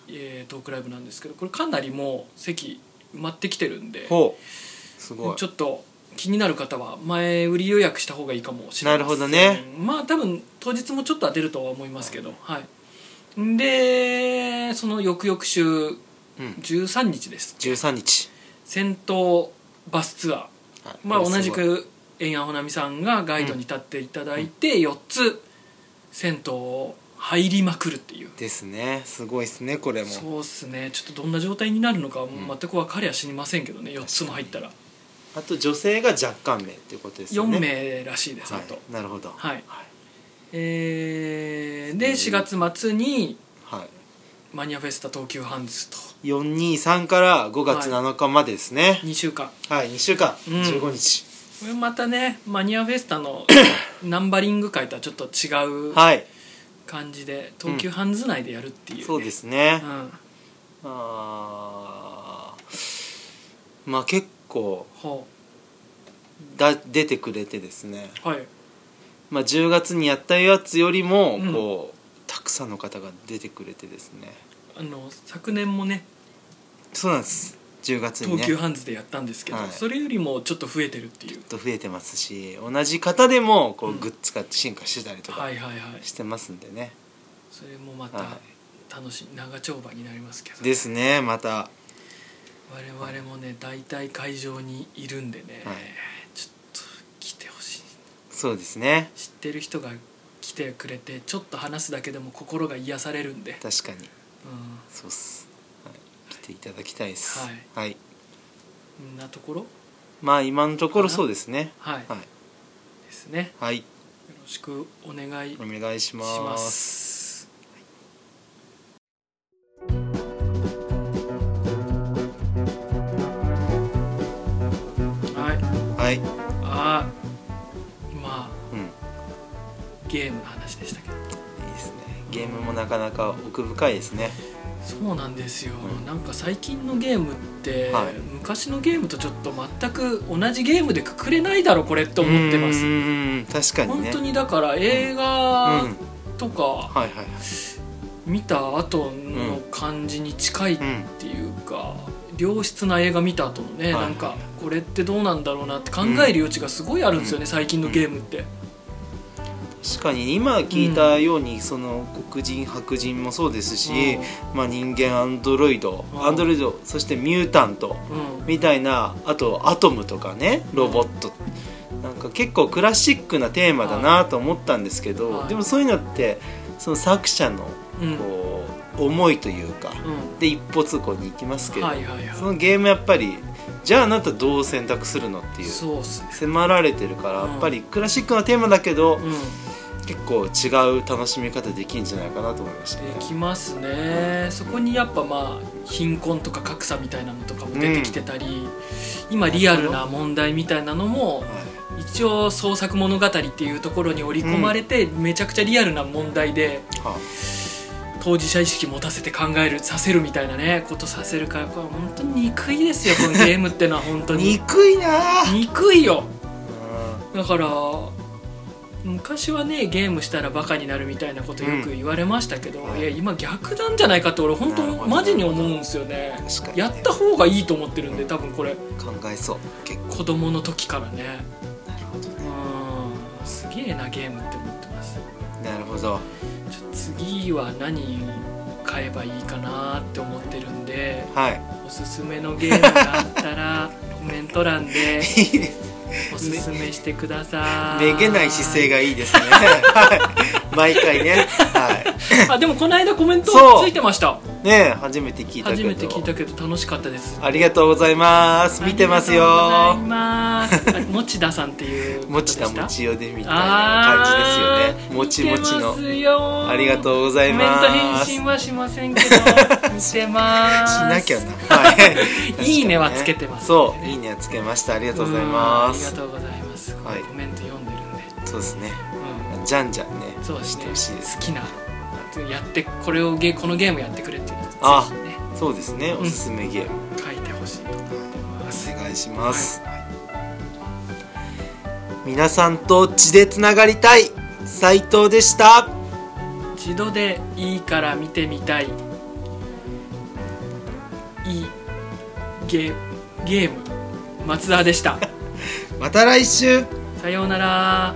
[SPEAKER 1] えートークライブなんですけどこれかなりもう席埋まってきてるんで
[SPEAKER 2] ほうすごい
[SPEAKER 1] ちょっと気になる方は前売り予約した方がいいかもしれない
[SPEAKER 2] なるほどね
[SPEAKER 1] まあ多分当日もちょっと当てるとは思いますけどはいでその翌々週
[SPEAKER 2] うん、
[SPEAKER 1] 13日です
[SPEAKER 2] 13日、
[SPEAKER 1] 戦闘バスツアー
[SPEAKER 2] はい
[SPEAKER 1] まあ
[SPEAKER 2] これ
[SPEAKER 1] 同
[SPEAKER 2] す
[SPEAKER 1] じ
[SPEAKER 2] ごい
[SPEAKER 1] く円谷ほなみさんがガイドに立っていただいて4つ銭湯を入りまくるっていう
[SPEAKER 2] ですねすごいですねこれも
[SPEAKER 1] そうっすねちょっとどんな状態になるのかはもう全く分かりゃしませんけどね4つも入ったら
[SPEAKER 2] あと女性が若干名っていうことですよ
[SPEAKER 1] 4
[SPEAKER 2] ね
[SPEAKER 1] 名らしいですあ
[SPEAKER 2] はい
[SPEAKER 1] と
[SPEAKER 2] なるほど
[SPEAKER 1] はい
[SPEAKER 2] はい、
[SPEAKER 1] えーで4月末に
[SPEAKER 2] はい
[SPEAKER 1] マニアフェスタ東急ハンズと
[SPEAKER 2] 423から5月7日までですね
[SPEAKER 1] 2週間
[SPEAKER 2] はい、2週間、
[SPEAKER 1] うん
[SPEAKER 2] 15日
[SPEAKER 1] これまたねマニアフェスタ
[SPEAKER 2] <coughs>
[SPEAKER 1] のナンバリング会とはちょっと違う
[SPEAKER 2] はい
[SPEAKER 1] 感じで東急ハンズ内でやるっていう、ね、
[SPEAKER 2] そうですすね
[SPEAKER 1] う、ん、
[SPEAKER 2] あーまあ結構
[SPEAKER 1] ほ
[SPEAKER 2] だ出てくれてですね、
[SPEAKER 1] うはい
[SPEAKER 2] まあ、10月にやったやつよりも
[SPEAKER 1] うん
[SPEAKER 2] こう、たくさんの方が出てくれてですね
[SPEAKER 1] あの昨年もね
[SPEAKER 2] そうなんです10月にね
[SPEAKER 1] 東急ハンズでやったんですけど、
[SPEAKER 2] はい
[SPEAKER 1] それよりもちょっと増えてるっていう
[SPEAKER 2] ちょっと増えてますし同じ方でもこ
[SPEAKER 1] う
[SPEAKER 2] うんグッズが進化してたりとか
[SPEAKER 1] はいはいはい
[SPEAKER 2] してますんでね、
[SPEAKER 1] それもま
[SPEAKER 2] は
[SPEAKER 1] た楽しい長丁場になりますけど
[SPEAKER 2] ですねまた
[SPEAKER 1] 我々もね大体会場にいるんでね、
[SPEAKER 2] はい
[SPEAKER 1] ちょっと来てほしい
[SPEAKER 2] そうですね
[SPEAKER 1] 知ってる人が来てくれてちょっと話すだけでも心が癒されるんで、
[SPEAKER 2] 確かに
[SPEAKER 1] うん、
[SPEAKER 2] そうっす、はい、来ていただきたいです
[SPEAKER 1] はい、そんなところ
[SPEAKER 2] まあ今のところそうですね
[SPEAKER 1] はい、
[SPEAKER 2] はい、
[SPEAKER 1] ですねよ
[SPEAKER 2] はい、
[SPEAKER 1] ろしくお願いし
[SPEAKER 2] お願いします
[SPEAKER 1] ますはい
[SPEAKER 2] はい、
[SPEAKER 1] あーま
[SPEAKER 2] うん、い
[SPEAKER 1] あゲームの話でしたけど
[SPEAKER 2] いですねゲームもなかなか奥深いですね
[SPEAKER 1] そうなんですよ、
[SPEAKER 2] うん
[SPEAKER 1] なんか最近のゲームって、
[SPEAKER 2] はい
[SPEAKER 1] 昔のゲームとちょっと全く同じゲームでくくれないだろこれって思ってま
[SPEAKER 2] う
[SPEAKER 1] す
[SPEAKER 2] ーん確かに
[SPEAKER 1] 本
[SPEAKER 2] ね
[SPEAKER 1] 当にだから映
[SPEAKER 2] う
[SPEAKER 1] 画
[SPEAKER 2] ん
[SPEAKER 1] とか
[SPEAKER 2] はいはいはい
[SPEAKER 1] 見た後の感じに近いっ
[SPEAKER 2] うん
[SPEAKER 1] ていうか、良質な映画見た後のね、
[SPEAKER 2] はい
[SPEAKER 1] なんかこれってどうなんだろうなって考える余地がすごいあるんですよね、
[SPEAKER 2] うん
[SPEAKER 1] 最近のゲームって、
[SPEAKER 2] 確かに今聞いたように、その黒人白人もそうですし、まあ、人間アンドロイド
[SPEAKER 1] うん
[SPEAKER 2] アンドロイドそしてミュータント
[SPEAKER 1] うんうん
[SPEAKER 2] みたいなあとアトムとかねロボットなんか結構クラシックなテーマだなと思ったんですけど、
[SPEAKER 1] はい
[SPEAKER 2] でもそういうのってその作者の
[SPEAKER 1] うん
[SPEAKER 2] こう思いというか、
[SPEAKER 1] う
[SPEAKER 2] で一歩通行に行きますけ
[SPEAKER 1] ん
[SPEAKER 2] ど、
[SPEAKER 1] はいはい
[SPEAKER 2] そ
[SPEAKER 1] は
[SPEAKER 2] のゲームやっぱりじゃああなたどう選択するのって
[SPEAKER 1] い
[SPEAKER 2] いう
[SPEAKER 1] そうっすね、
[SPEAKER 2] 迫られてるから
[SPEAKER 1] うん
[SPEAKER 2] やっぱりクラシックなテーマだけど、
[SPEAKER 1] うん
[SPEAKER 2] 結構違う楽しみ方できるんじゃないかなと思いましたね
[SPEAKER 1] できますねそこにやっぱまあ貧困とか格差みたいなのとかも出てきてたり、今リアルな問題みたいなのも
[SPEAKER 2] は
[SPEAKER 1] 一応創作物語っていうところに織り込まれて、めちゃくちゃリアルな問題で
[SPEAKER 2] いは
[SPEAKER 1] 当事者意識持たせて考えるさせるみたいなねことさせるからこれ本当に憎いですよこのゲームってのは本当
[SPEAKER 2] あ
[SPEAKER 1] に
[SPEAKER 2] 憎いなあ
[SPEAKER 1] 憎いよ
[SPEAKER 2] う
[SPEAKER 1] だから昔はねゲームしたらバカになるみたいなことよく言われましたけど、いや今逆なんじゃないかって俺本
[SPEAKER 3] なるほ
[SPEAKER 1] 当
[SPEAKER 3] ど
[SPEAKER 1] マジに思うんですよね
[SPEAKER 3] 確かにね
[SPEAKER 1] やった方がいいと思ってるんで多分これ
[SPEAKER 3] 考えそう結構
[SPEAKER 1] 子供の時からね
[SPEAKER 3] なるほどね
[SPEAKER 1] うんすげえなゲームって思ってます
[SPEAKER 2] なるほど
[SPEAKER 1] ちょ次は何買えばいいかなって思ってるんで
[SPEAKER 2] はい
[SPEAKER 1] おすすめのゲームがあったらコメント欄でおすすめしてください
[SPEAKER 2] <laughs> めげない姿勢がいいですねはい毎回ねは
[SPEAKER 1] あでもこの間コメント
[SPEAKER 2] そう
[SPEAKER 1] ついてました
[SPEAKER 2] いねえ初めて聞いたけ
[SPEAKER 1] 初
[SPEAKER 2] ど
[SPEAKER 1] めて聞いたけど楽しかったです
[SPEAKER 2] ありがとうございます見てますよ
[SPEAKER 1] ありがとうございますあ持田さんっていう
[SPEAKER 2] もち
[SPEAKER 1] た
[SPEAKER 2] たもちよでみたいな感じですよねもちもちのありが
[SPEAKER 1] う
[SPEAKER 2] とうご
[SPEAKER 1] ご
[SPEAKER 2] ざいま
[SPEAKER 1] コメント返
[SPEAKER 2] す
[SPEAKER 1] 信はしませんけど見てます
[SPEAKER 2] しなきゃ
[SPEAKER 1] <laughs>
[SPEAKER 2] な、はい、
[SPEAKER 1] いいねはつけてます
[SPEAKER 2] そういいねはつけましたありがとうござい
[SPEAKER 1] う
[SPEAKER 2] ま
[SPEAKER 1] んあり
[SPEAKER 2] す
[SPEAKER 1] がとうございます、
[SPEAKER 2] はい
[SPEAKER 1] コメント読んでるんで、
[SPEAKER 2] そうですね
[SPEAKER 1] う
[SPEAKER 2] じゃんじゃんね
[SPEAKER 1] ん、そうですね
[SPEAKER 2] してほしいです
[SPEAKER 1] 好きなやってこれをゲこのゲームやってくれっていうのをぜ
[SPEAKER 2] あ
[SPEAKER 1] ひね
[SPEAKER 2] そうですねおすすめゲーム、
[SPEAKER 1] 書いてほしいと思ってます
[SPEAKER 2] お願いします、皆さんと血でつながりたい斉藤でした
[SPEAKER 1] 一度でいいから見てみたいいいゲゲーム松田でした
[SPEAKER 2] また来週
[SPEAKER 1] さようなら